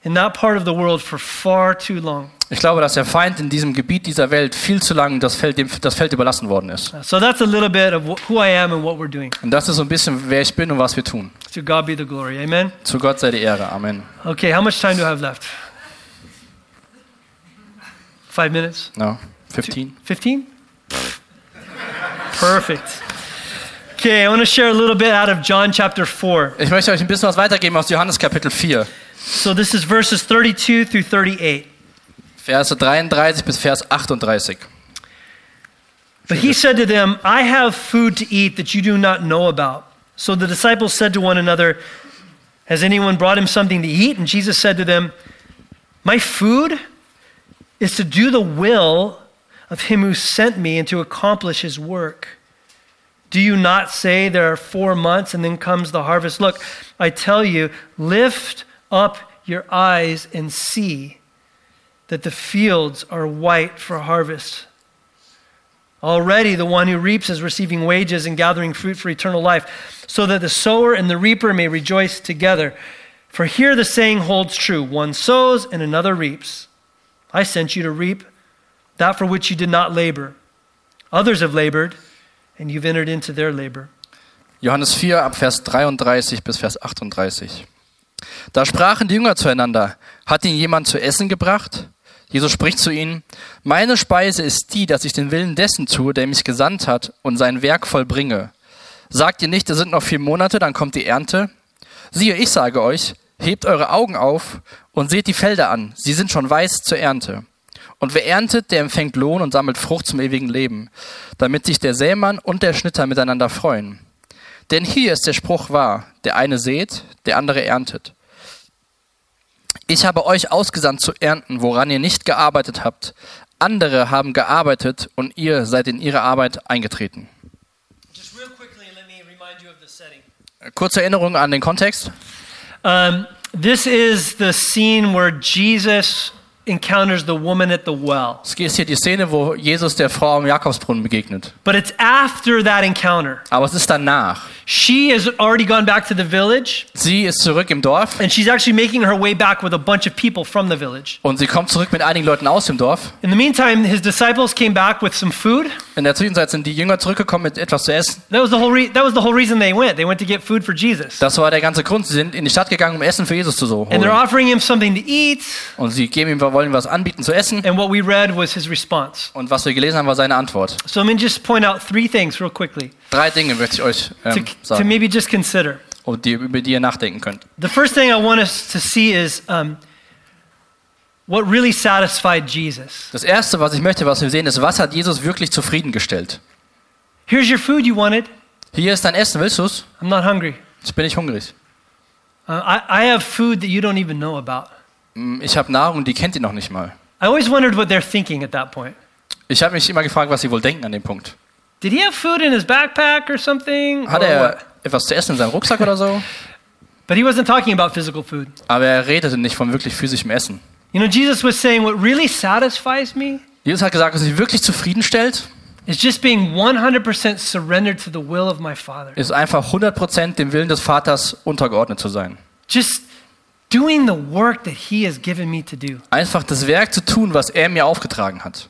A: in that part of the world for far too long.
B: Ich glaube, dass der Feind in diesem Gebiet dieser Welt viel zu lang das Feld, dem, das Feld überlassen worden ist.
A: So that's a little bit of wh- who I am and what we're doing.
B: Und das ist so ein bisschen, wer ich bin und was wir tun.
A: To God be the glory. Amen.
B: Zu Gott sei die Ehre. Amen.
A: Okay, how much time do I have left? Five minutes?
B: No. 15.
A: 15? Perfect. Okay, I want to share a little bit out of John chapter 4.
B: Ich möchte euch ein bisschen was weitergeben aus Johannes Kapitel 4,
A: So this is verses 32 through 38.
B: Verse 33 bis Vers 38.
A: But he said to them, I have food to eat that you do not know about. So the disciples said to one another, Has anyone brought him something to eat? And Jesus said to them, My food is to do the will of him who sent me and to accomplish his work. Do you not say there are four months and then comes the harvest? Look, I tell you, lift up your eyes and see that the fields are white for harvest. Already the one who reaps is receiving wages and gathering fruit for eternal life, so that the sower and the reaper may rejoice together. For here the saying holds true one sows and another reaps. I sent you to reap that for which you did not labor. Others have labored, and you've entered into their labor.
B: Johannes 4 ab Vers 33 bis Vers 38. Da sprachen die Jünger zueinander, hat ihnen jemand zu essen gebracht? Jesus spricht zu ihnen, meine Speise ist die, dass ich den Willen dessen tue, der mich gesandt hat und sein Werk vollbringe. Sagt ihr nicht, es sind noch vier Monate, dann kommt die Ernte? Siehe, ich sage euch, hebt eure Augen auf und seht die Felder an, sie sind schon weiß zur Ernte. Und wer erntet, der empfängt Lohn und sammelt Frucht zum ewigen Leben, damit sich der Sämann und der Schnitter miteinander freuen. Denn hier ist der Spruch wahr, der eine sät, der andere erntet. Ich habe euch ausgesandt zu ernten, woran ihr nicht gearbeitet habt. Andere haben gearbeitet und ihr seid in ihre Arbeit eingetreten.
A: Just real quickly, let me remind you of the setting.
B: Kurze Erinnerung an den Kontext.
A: Um, this is the scene where Jesus encounters the woman at the well,
B: Es ist hier die Szene, wo Jesus der Frau am Jakobsbrunnen begegnet.
A: but it's after that encounter.
B: Aber es ist danach.
A: She has already gone back to the village,
B: Sie ist zurück im Dorf
A: and she's actually making her way back with a bunch of people from the village.
B: und sie kommt zurück mit einigen Leuten aus dem Dorf.
A: In the meantime, his disciples came back with some food.
B: In der Zwischenzeit sind die Jünger zurückgekommen mit etwas zu essen.
A: That was the whole, re- that was the whole reason they went. They went to get food for Jesus.
B: Das war der ganze Grund. Sie sind in die Stadt gegangen, um Essen für Jesus zu so
A: And they're
B: holen.
A: offering him something to eat,
B: Und sie geben ihm, wollen ihm was anbieten zu essen.
A: and what we read was his response.
B: Und was wir gelesen haben, war seine Antwort.
A: So let me just point out three things real quickly
B: Drei Dinge möchte ich euch
A: to,
B: ähm,
A: to
B: sagen,
A: maybe just consider.
B: und die, über die ihr nachdenken könnt.
A: The first thing I want us to see is um, what really satisfied Jesus.
B: Das Erste, was ich möchte, was wir sehen, ist, was hat Jesus wirklich zufriedengestellt?
A: Here's your food you wanted.
B: Hier ist dein Essen, willst du es?
A: I'm not hungry.
B: Jetzt bin ich hungrig.
A: Uh, I, I have food that you don't even know about.
B: Hm, Ich habe Nahrung, die kennt ihr noch nicht mal.
A: I always wondered what they're thinking at that point.
B: Ich habe mich immer gefragt, was sie wohl denken an dem Punkt.
A: Did he have food in his backpack or something?
B: Hat
A: Or
B: er
A: what?
B: etwas zu essen in seinem Rucksack oder so?
A: But he wasn't talking about physical food.
B: Aber er redete nicht von wirklich physischem Essen.
A: You know, Jesus was saying, What really satisfies me
B: Jesus hat gesagt, was mich wirklich zufriedenstellt,
A: is just being 100% surrendered to the will of my Father.
B: ist einfach 100% dem Willen des Vaters untergeordnet zu sein.
A: Just doing the work that he has given me to do.
B: Einfach das Werk zu tun, was er mir aufgetragen hat.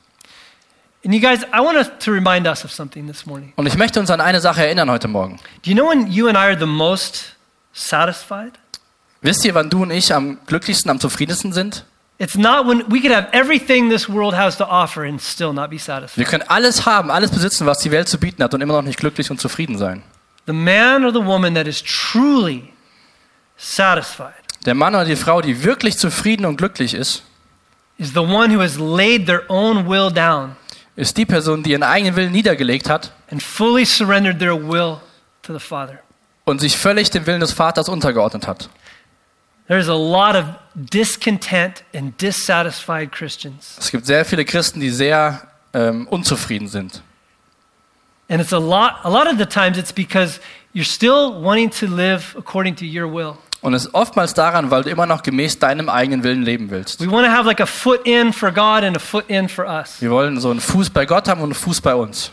A: And you guys, I want us to remind us of something this morning.
B: Und ich möchte uns an eine Sache erinnern heute Morgen.
A: Do you know when you and I are the most satisfied?
B: Wisst ihr, wann du und ich am glücklichsten, am zufriedensten sind?
A: It's not when we could have everything this world has to offer and still not be satisfied.
B: Wir können alles haben, alles besitzen, was die Welt zu bieten hat und immer noch nicht glücklich und zufrieden sein.
A: The man or the woman that is truly satisfied
B: Der Mann oder die Frau, die wirklich zufrieden und glücklich ist,
A: is the one who has laid their own will down
B: ist die Person, die ihren eigenen Willen niedergelegt hat
A: and fully surrendered their will to the Father.
B: und sich völlig dem Willen des Vaters untergeordnet hat.
A: There's a lot of discontent and dissatisfied Christians.
B: Es gibt sehr viele Christen, die sehr ähm, unzufrieden sind.
A: And it's a lot a lot of the times it's because you're still wanting to live according to your will.
B: Und es ist oftmals daran, weil du immer noch gemäß deinem eigenen Willen leben willst.
A: We want to have like a foot in for God and a foot in for us.
B: Wir wollen so einen Fuß bei Gott haben und einen Fuß bei uns.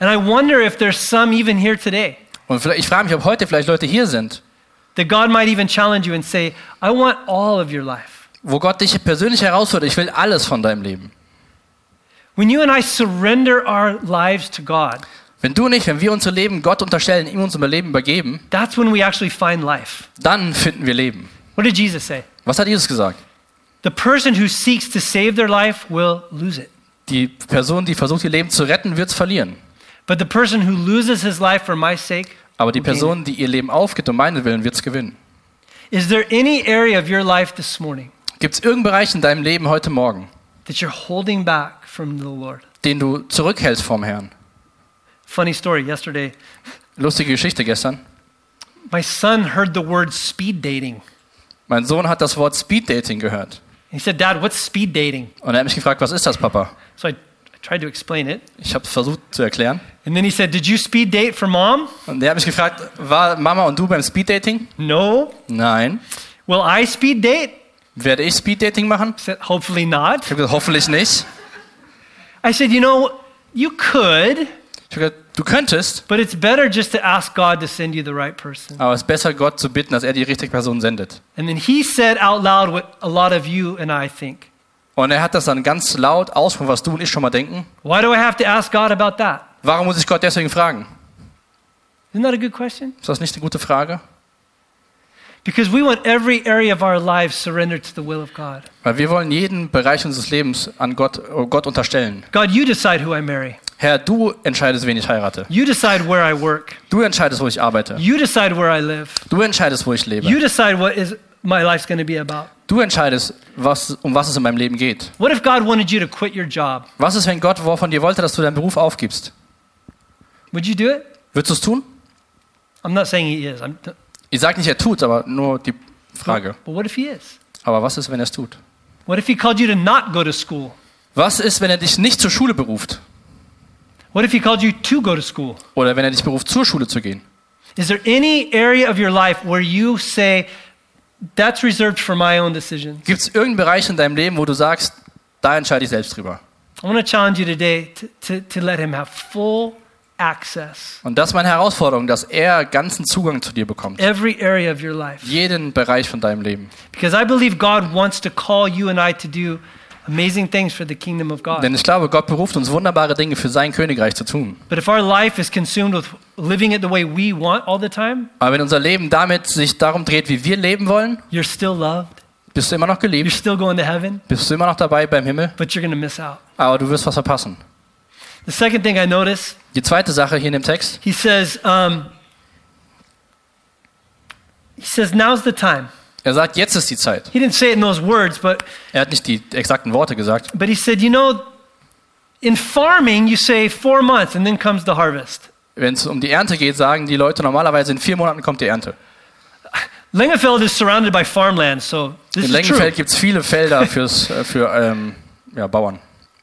A: And I wonder if there's some even here today
B: Und vielleicht, ich frage mich, ob heute vielleicht Leute hier sind,
A: that God might even challenge you and say, I want all of your life.
B: wo Gott dich persönlich herausfordert, ich will alles von deinem Leben.
A: When you and I surrender our lives to God,
B: Wenn du nicht, wenn wir unser Leben Gott unterstellen, ihm unser Leben übergeben,
A: that's when we actually find life.
B: dann finden wir Leben.
A: What did Jesus say?
B: Was hat Jesus gesagt?
A: The person who seeks to save their life will lose it.
B: Die Person, die versucht, ihr Leben zu retten, wird es verlieren.
A: But the person who loses his life for my sake,
B: Aber die
A: Okay.
B: Person, die ihr Leben aufgibt um meinen Willen, wird es gewinnen.
A: is there any area of your life this morning
B: Gibt es irgendeinen Bereich in deinem Leben heute Morgen,
A: that you're holding back from the Lord?
B: den du zurückhältst vom Herrn?
A: Funny story yesterday,
B: Lustige Geschichte gestern.
A: my son heard the word speed dating.
B: Mein Sohn hat das Wort Speeddating gehört.
A: He said, Dad, what's speed dating?
B: Und er hat mich gefragt, was ist das, Papa?
A: So I, I tried to explain it.
B: Ich habe es versucht zu erklären.
A: And then he said, Did you speed date for mom?
B: Und er hat mich gefragt, war Mama und du beim Speeddating?
A: No.
B: Nein.
A: Will I speed date?
B: Werde ich Speeddating machen?
A: I said, Hopefully
B: Ich
A: not.
B: habe gesagt, hoffentlich nicht.
A: I said, You know, you could,
B: Ich habe gesagt, du könntest,
A: but it's better just to ask God to send you the right person.
B: aber es ist besser, Gott zu bitten, dass er die richtige Person sendet.
A: And then he said out loud what a lot of you and I think.
B: Und er hat das dann ganz laut ausgesprochen, was du und ich schon mal denken.
A: Why do I have to ask God about that?
B: Warum muss ich Gott deswegen fragen?
A: Isn't that a good question?
B: Ist das nicht eine gute Frage?
A: Because we want every area of our lives surrendered to the will of God.
B: Weil wir wollen jeden Bereich unseres Lebens an Gott, oh Gott unterstellen.
A: God, you decide who I marry.
B: Herr, du entscheidest, wen ich heirate.
A: You decide where I work.
B: Du entscheidest, wo ich arbeite.
A: You decide where I live.
B: Du entscheidest, wo ich lebe.
A: You decide what is my life's going to be about.
B: Du entscheidest, was, um was es in meinem Leben geht.
A: What if God wanted you to quit your job?
B: Was ist, wenn Gott von dir wollte, dass du deinen Beruf aufgibst?
A: Would you do it?
B: Würdest du es tun?
A: I'm not saying he is. I'm
B: Ich sage nicht, er tut, aber nur die Frage.
A: But what if he is?
B: Aber was ist, wenn er es tut?
A: What if he called you to not go to school?
B: Was ist, wenn er dich nicht zur Schule beruft?
A: What if he called you to go to school?
B: Oder wenn er dich beruft, zur Schule zu gehen?
A: Is there any area of your life where you say, that's reserved for my own decision?
B: Gibt es irgendeinen Bereich in deinem Leben, wo du sagst, da entscheide ich selbst drüber?
A: I want to challenge you today to, to, to let him have full access,
B: Und das ist meine Herausforderung, dass er ganzen Zugang zu dir bekommt.
A: every area of your life.
B: Jeden Bereich von deinem Leben.
A: Because I believe God wants to call you and I to do amazing things for the kingdom of God.
B: Denn ich glaube, Gott beruft uns, wunderbare Dinge für sein Königreich zu tun.
A: But if our life is consumed with living it the way we want all the time,
B: Aber wenn unser Leben damit sich darum dreht, wie wir leben wollen,
A: you're still loved,
B: bist du immer noch
A: you're
B: geliebt,
A: still going to heaven,
B: bist du immer noch dabei beim Himmel,
A: but you're going to miss out.
B: aber du wirst was verpassen.
A: The second thing I notice,
B: Die zweite Sache hier in dem Text,
A: he says, um, he says, now's the time.
B: er sagt, jetzt ist die Zeit.
A: He didn't say it in those words, but
B: Er hat nicht die exakten Worte gesagt.
A: but he said, you know, in farming you say four months and then comes the harvest.
B: Wenn es um die Ernte geht, sagen die Leute normalerweise, in vier Monaten kommt die Ernte.
A: Langefeld is surrounded by farmland, so this
B: In
A: is true.
B: Lengenfeld gibt es viele Felder fürs, äh, für ähm, ja, Bauern.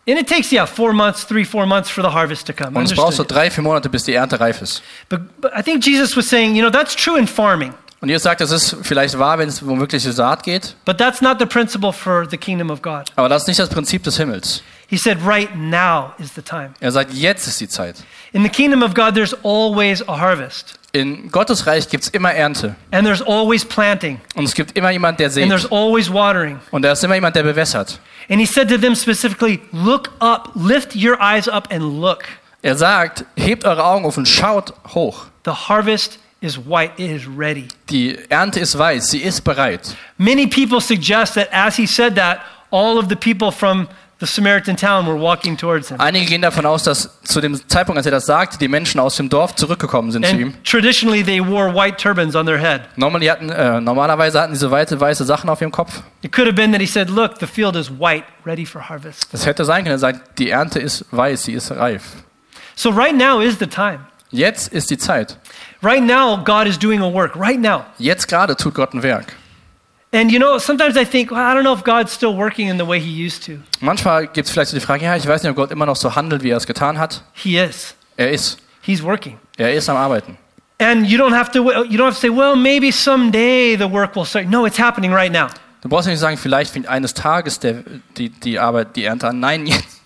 A: And it takes yeah four months, three four months for the harvest to come.
B: Und es braucht so
A: Understood.
B: drei, vier Monate, bis die Ernte reif ist.
A: But, but I think Jesus was saying, you know, that's true in farming,
B: Und ihr sagt, es ist vielleicht wahr, wenn es um wirkliche Saat geht,
A: but that's not the principle for the kingdom of God.
B: aber das ist nicht das Prinzip des Himmels.
A: He said, right now is the time.
B: Er sagt, jetzt ist die Zeit.
A: In the kingdom of God, there's always a harvest,
B: In Gottes Reich gibt es immer Ernte.
A: and there's always planting,
B: Und es gibt immer jemand, der
A: and there's
B: sät.
A: always watering.
B: Und da ist immer jemand, der bewässert.
A: And he said to them specifically, Look up, lift your eyes up and look.
B: Er sagt, hebt eure Augen auf und schaut hoch.
A: The harvest is white, it is ready.
B: Die Ernte ist weiß, sie ist bereit.
A: Many people suggest that as he said that, all of the people from the Samaritan town were walking towards him.
B: Einige gehen davon aus, dass zu dem Zeitpunkt, als er das sagte, die Menschen aus dem Dorf zurückgekommen sind zu ihm.
A: And traditionally, they wore white turbans on their head.
B: Normal, die hatten, äh, normalerweise hatten diese weite, weiße Sachen auf ihrem Kopf.
A: It could have been that he said, Look, the field is white, ready for harvest.
B: Das hätte sein können. Er sagt, die Ernte ist weiß, sie ist reif.
A: So, right now is the time.
B: Jetzt ist die Zeit.
A: Right now, God is doing a work, right now.
B: Jetzt gerade tut Gott ein Werk.
A: And you know, sometimes I think, well, I don't know if God's still working in the way he used to.
B: Manchmal gibt es vielleicht so die Frage, ja, ich weiß nicht, ob Gott immer noch so handelt, wie er es getan hat.
A: He is,
B: Er ist.
A: he's working.
B: Er ist am Arbeiten.
A: And you don't have to you don't have to say, well, maybe someday the work will start. No, it's happening right now.
B: Du brauchst nicht sagen, vielleicht fängt eines Tages der, die, die Arbeit, die Ernte an. Nein, jetzt.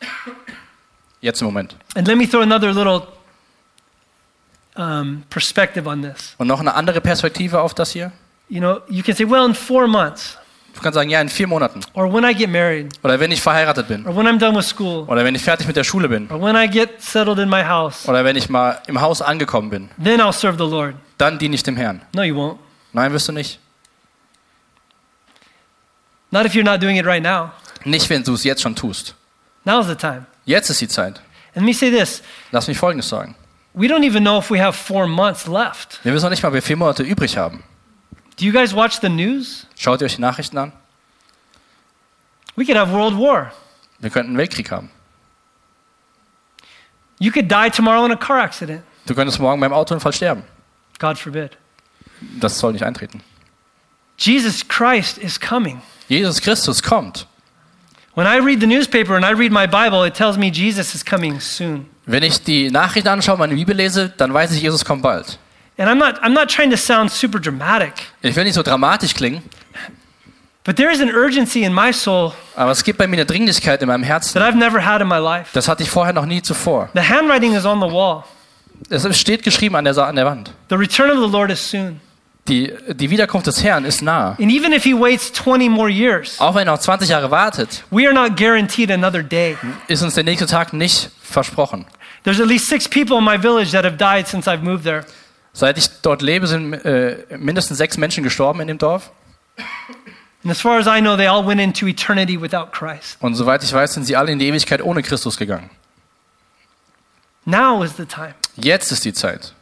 B: Jetzt im Moment.
A: And let me throw another little um, perspective on this.
B: Und noch eine andere Perspektive auf das hier.
A: You know, you can say, well, in four months,
B: Du kannst sagen, ja, in vier Monaten.
A: or when I get married,
B: Oder wenn ich verheiratet bin.
A: or when I'm done with school,
B: Oder wenn ich fertig mit der Schule bin.
A: or when I get settled in my house,
B: Oder wenn ich mal im Haus angekommen bin.
A: then I'll serve the Lord.
B: Dann diene ich dem Herrn.
A: No, you won't.
B: Nein, wirst du nicht.
A: Not if you're not doing it right now.
B: Nicht, wenn du es jetzt schon tust.
A: Now's the time.
B: Jetzt ist die Zeit.
A: And let me say this
B: Lass mich Folgendes sagen.
A: we don't even know if we have four months left.
B: Wir wissen noch nicht mal, wie viele Monate übrig haben.
A: Do you guys watch the news?
B: Schaut ihr euch die Nachrichten an.
A: We could have world war.
B: Wir könnten einen Weltkrieg haben.
A: You could die tomorrow in a car accident.
B: Du könntest morgen beim Autounfall sterben.
A: God forbid.
B: Das soll nicht eintreten.
A: Jesus Christ is coming.
B: Jesus Christus kommt.
A: When I read the newspaper and I read my Bible, it tells me Jesus is coming soon.
B: Wenn ich die Nachrichten anschaue, meine Bibel lese, dann weiß ich, Jesus kommt bald.
A: And I'm not, I'm not trying to sound super dramatic,
B: Ich will nicht so dramatisch klingen,
A: but there is an urgency in my soul
B: aber es gibt bei mir eine Dringlichkeit in meinem
A: that
B: Herzen.
A: I've never had in my life.
B: Das hatte ich vorher noch nie zuvor.
A: The handwriting is on the wall.
B: Es steht geschrieben an der, Sa- an der Wand.
A: The return of the Lord is soon.
B: Die, die Wiederkunft des Herrn ist nahe.
A: And even if he waits 20 more years,
B: Auch wenn er noch 20 Jahre wartet,
A: we are not guaranteed another day.
B: ist uns der nächste Tag nicht versprochen.
A: There's at least six people in my village that have died since I've moved there.
B: Seit ich dort lebe, sind äh, mindestens sechs Menschen gestorben in dem Dorf.
A: And as far as I know, they all went into eternity without Christ.
B: Und soweit ich weiß, sind sie alle in die Ewigkeit ohne Christus gegangen.
A: Now is the time.
B: Jetzt ist die Zeit.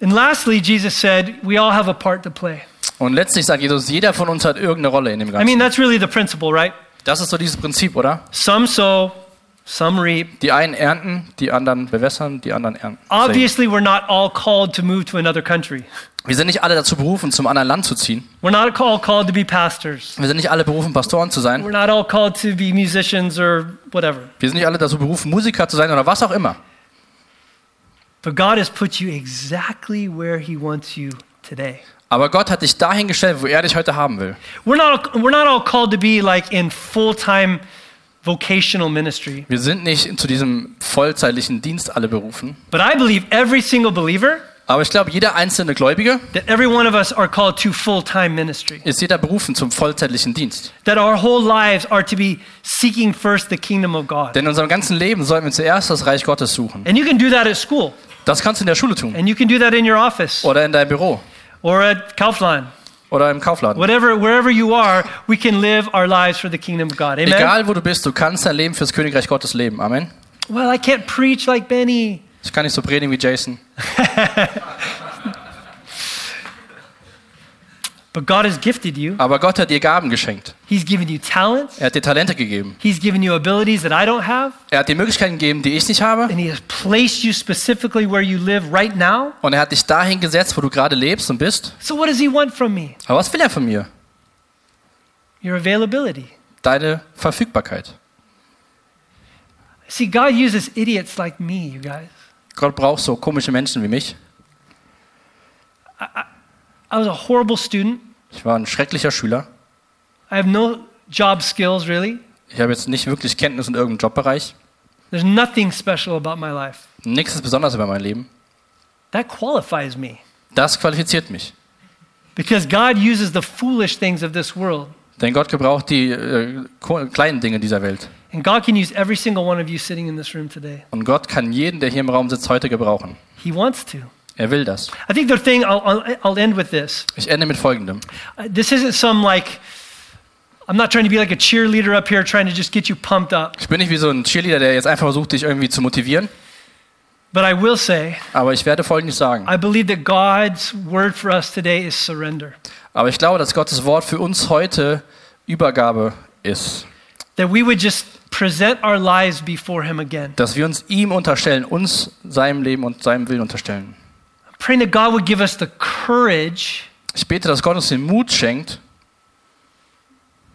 A: And lastly, Jesus said, we all have a part to play.
B: Und letztlich sagt Jesus, jeder von uns hat irgendeine Rolle in dem
A: I mean,
B: Ganzen.
A: that's really the principle, right?
B: Das ist so dieses Prinzip, oder?
A: Some sow, some reap.
B: Die einen ernten, die anderen bewässern, die anderen ernten. Sehen.
A: Obviously, we're not all called to move to another country.
B: Wir sind nicht alle dazu berufen, zum anderen Land zu ziehen.
A: We're not all called to be pastors.
B: Wir sind nicht alle berufen, Pastoren zu sein.
A: We're not all called to be musicians or whatever.
B: Wir sind nicht alle dazu berufen, Musiker zu sein oder was auch immer.
A: But God has put you exactly where He wants you today.
B: Aber Gott hat dich dahin gestellt, wo er dich heute haben will.
A: We're not, we're not all called to be like in full time vocational ministry.
B: Wir sind nicht zu diesem vollzeitlichen Dienst alle berufen.
A: But I believe every single believer
B: Aber ich glaube, jeder einzelne Gläubige
A: that every one of us are called to full time ministry,
B: ist jeder berufen zum vollzeitlichen Dienst.
A: that our whole lives are to be seeking first the kingdom of God.
B: Denn in unserem ganzen Leben sollten wir zuerst das Reich Gottes suchen.
A: And you can do that at school,
B: Das kannst du in der Schule tun.
A: and you can do that in your office
B: Oder in deinem Büro.
A: or at Kaufland.
B: Oder im Kaufladen.
A: Whatever, wherever you are, we can live our lives for the kingdom of God. Amen.
B: Egal wo du bist, du kannst dein Leben fürs Königreich Gottes leben. Amen.
A: Well, I can't preach like Benny.
B: Ich kann nicht so predigen wie Jason.
A: But God has gifted you.
B: Aber Gott hat dir Gaben geschenkt.
A: He's given you talents.
B: Er hat dir Talente gegeben.
A: He's given you abilities that I don't have.
B: Er hat dir Möglichkeiten gegeben, die ich nicht habe.
A: And He has placed you specifically where you live right now.
B: Und er hat dich dahin gesetzt, wo du gerade lebst und bist.
A: So, what does He want from me?
B: Aber was will er von mir?
A: Your availability.
B: Deine Verfügbarkeit.
A: See, God uses idiots like me, you guys.
B: Gott braucht so komische Menschen wie mich.
A: I was a horrible student.
B: Ich war ein schrecklicher Schüler.
A: I have no job skills, really.
B: Ich habe jetzt nicht wirklich Kenntnis in irgendeinem Jobbereich.
A: There's nothing special about my life.
B: Nichts ist besonders über mein Leben.
A: That qualifies me
B: Das qualifiziert mich.
A: because God uses the foolish things of this world.
B: Denn Gott gebraucht die äh, ko- kleinen Dinge dieser Welt.
A: And God can use every single one of you sitting in this room today.
B: Und Gott kann jeden, der hier im Raum sitzt, heute gebrauchen.
A: He wants to.
B: Er will das.
A: I think the thing, I'll, I'll, I'll end with this.
B: Ich ende mit folgendem.
A: Uh, This isn't some like, I'm not trying to be like a cheerleader up here trying to just get you pumped up.
B: Ich bin nicht wie so ein Cheerleader, der jetzt einfach versucht, dich irgendwie zu motivieren.
A: But I will say,
B: Aber ich werde folgendes sagen.
A: I believe that God's word for us today is surrender.
B: Aber ich glaube, dass Gottes Wort für uns heute Übergabe ist.
A: That we would just present our lives before Him again.
B: Dass wir uns ihm unterstellen, uns seinem Leben und seinem Willen unterstellen.
A: praying that God would give us the courage
B: Ich bete, dass Gott uns den Mut schenkt,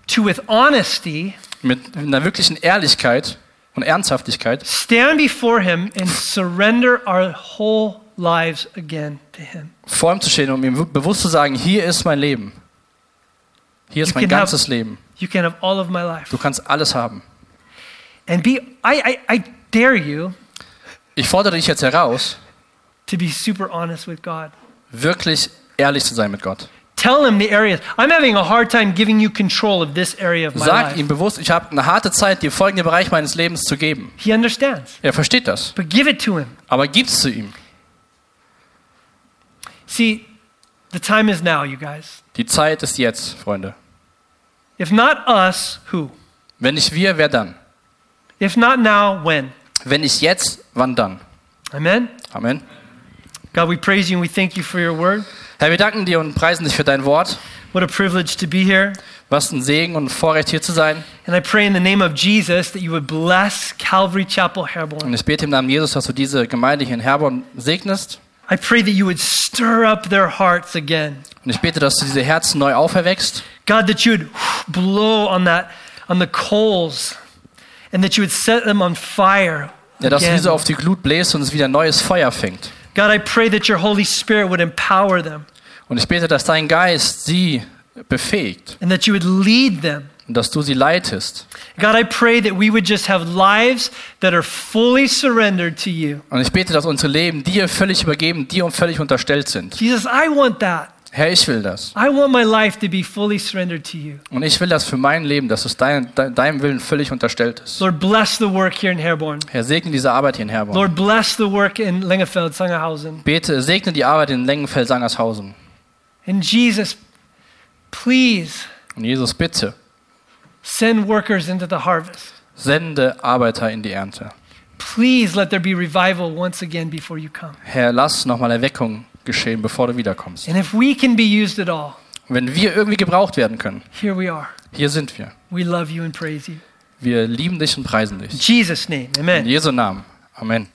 A: to, with honesty,
B: mit einer wirklichen Ehrlichkeit und Ernsthaftigkeit
A: stand before Him and surrender our whole lives again to Him.
B: vor ihm zu stehen, um ihm bewusst zu sagen, hier ist mein Leben. Hier ist
A: You
B: mein
A: can have-
B: ganzes Leben.
A: You can have all of my life.
B: Du kannst alles haben.
A: And be, I, I, I dare you
B: Ich fordere dich jetzt heraus,
A: to be super honest with God.
B: wirklich ehrlich zu sein mit Gott.
A: Tell him the areas. I'm having a hard time giving you control of this area of my
B: Sag
A: life.
B: ihm bewusst, ich habe eine harte Zeit, dir folgenden Bereich meines Lebens zu geben.
A: He understands.
B: Er versteht das,
A: But give it to him.
B: aber gib's zu ihm.
A: See, the time is now, you guys.
B: Die Zeit ist jetzt, Freunde.
A: If not us, who?
B: Wenn nicht wir, wer dann?
A: If not now, when?
B: Wenn nicht jetzt, wann dann?
A: Amen.
B: Amen.
A: God, we praise you and we thank you for your word.
B: Herr, wir danken dir und preisen dich für dein Wort.
A: What a privilege to be here.
B: Was ein Segen und ein Vorrecht hier zu sein.
A: And I pray in the name of Jesus that you would bless Calvary Chapel
B: Und
A: Herborn.
B: ich bete im Namen Jesus, dass du diese Gemeinde hier in Herborn segnest.
A: I pray that you would stir up their hearts again.
B: Und ich bete, dass du diese Herzen neu auferweckst.
A: God, that you would blow on that on the coals and that you would set them on fire.
B: Ja, dass du
A: again.
B: diese auf die Glut bläst und es wieder neues Feuer fängt.
A: God, I pray that your Holy Spirit would empower them
B: Und ich bete, dass dein Geist sie befähigt
A: and that you would lead them.
B: und dass du sie leitest.
A: God, I pray that we would just have lives that are fully surrendered to you.
B: Und ich bete, dass unsere Leben dir völlig übergeben, dir und völlig unterstellt sind.
A: Jesus, I want that.
B: Herr, ich will das.
A: I want my life to be fully surrendered to you.
B: Und ich will das für mein Leben, dass es dein, de, deinem Willen völlig unterstellt ist.
A: Lord, bless the work here in Herborn.
B: Herr, segne diese Arbeit hier in Herborn.
A: Lord, bless the work in Lengefeld, Sangerhausen.
B: Bete, segne die Arbeit in Lengenfeld-Sangershausen.
A: And Jesus, please
B: Und Jesus, bitte,
A: send workers into the harvest.
B: sende Arbeiter in die Ernte.
A: Please let there be revival once again before you come.
B: Herr, lass nochmal Erweckung geschehen, bevor du wiederkommst.
A: And if we can be used at all,
B: Und wenn wir irgendwie gebraucht werden können,
A: here we are.
B: hier sind wir.
A: We love you and praise you.
B: Wir lieben dich und preisen
A: In
B: dich.
A: Jesus' name,
B: In
A: amen.
B: Jesu Namen. Amen.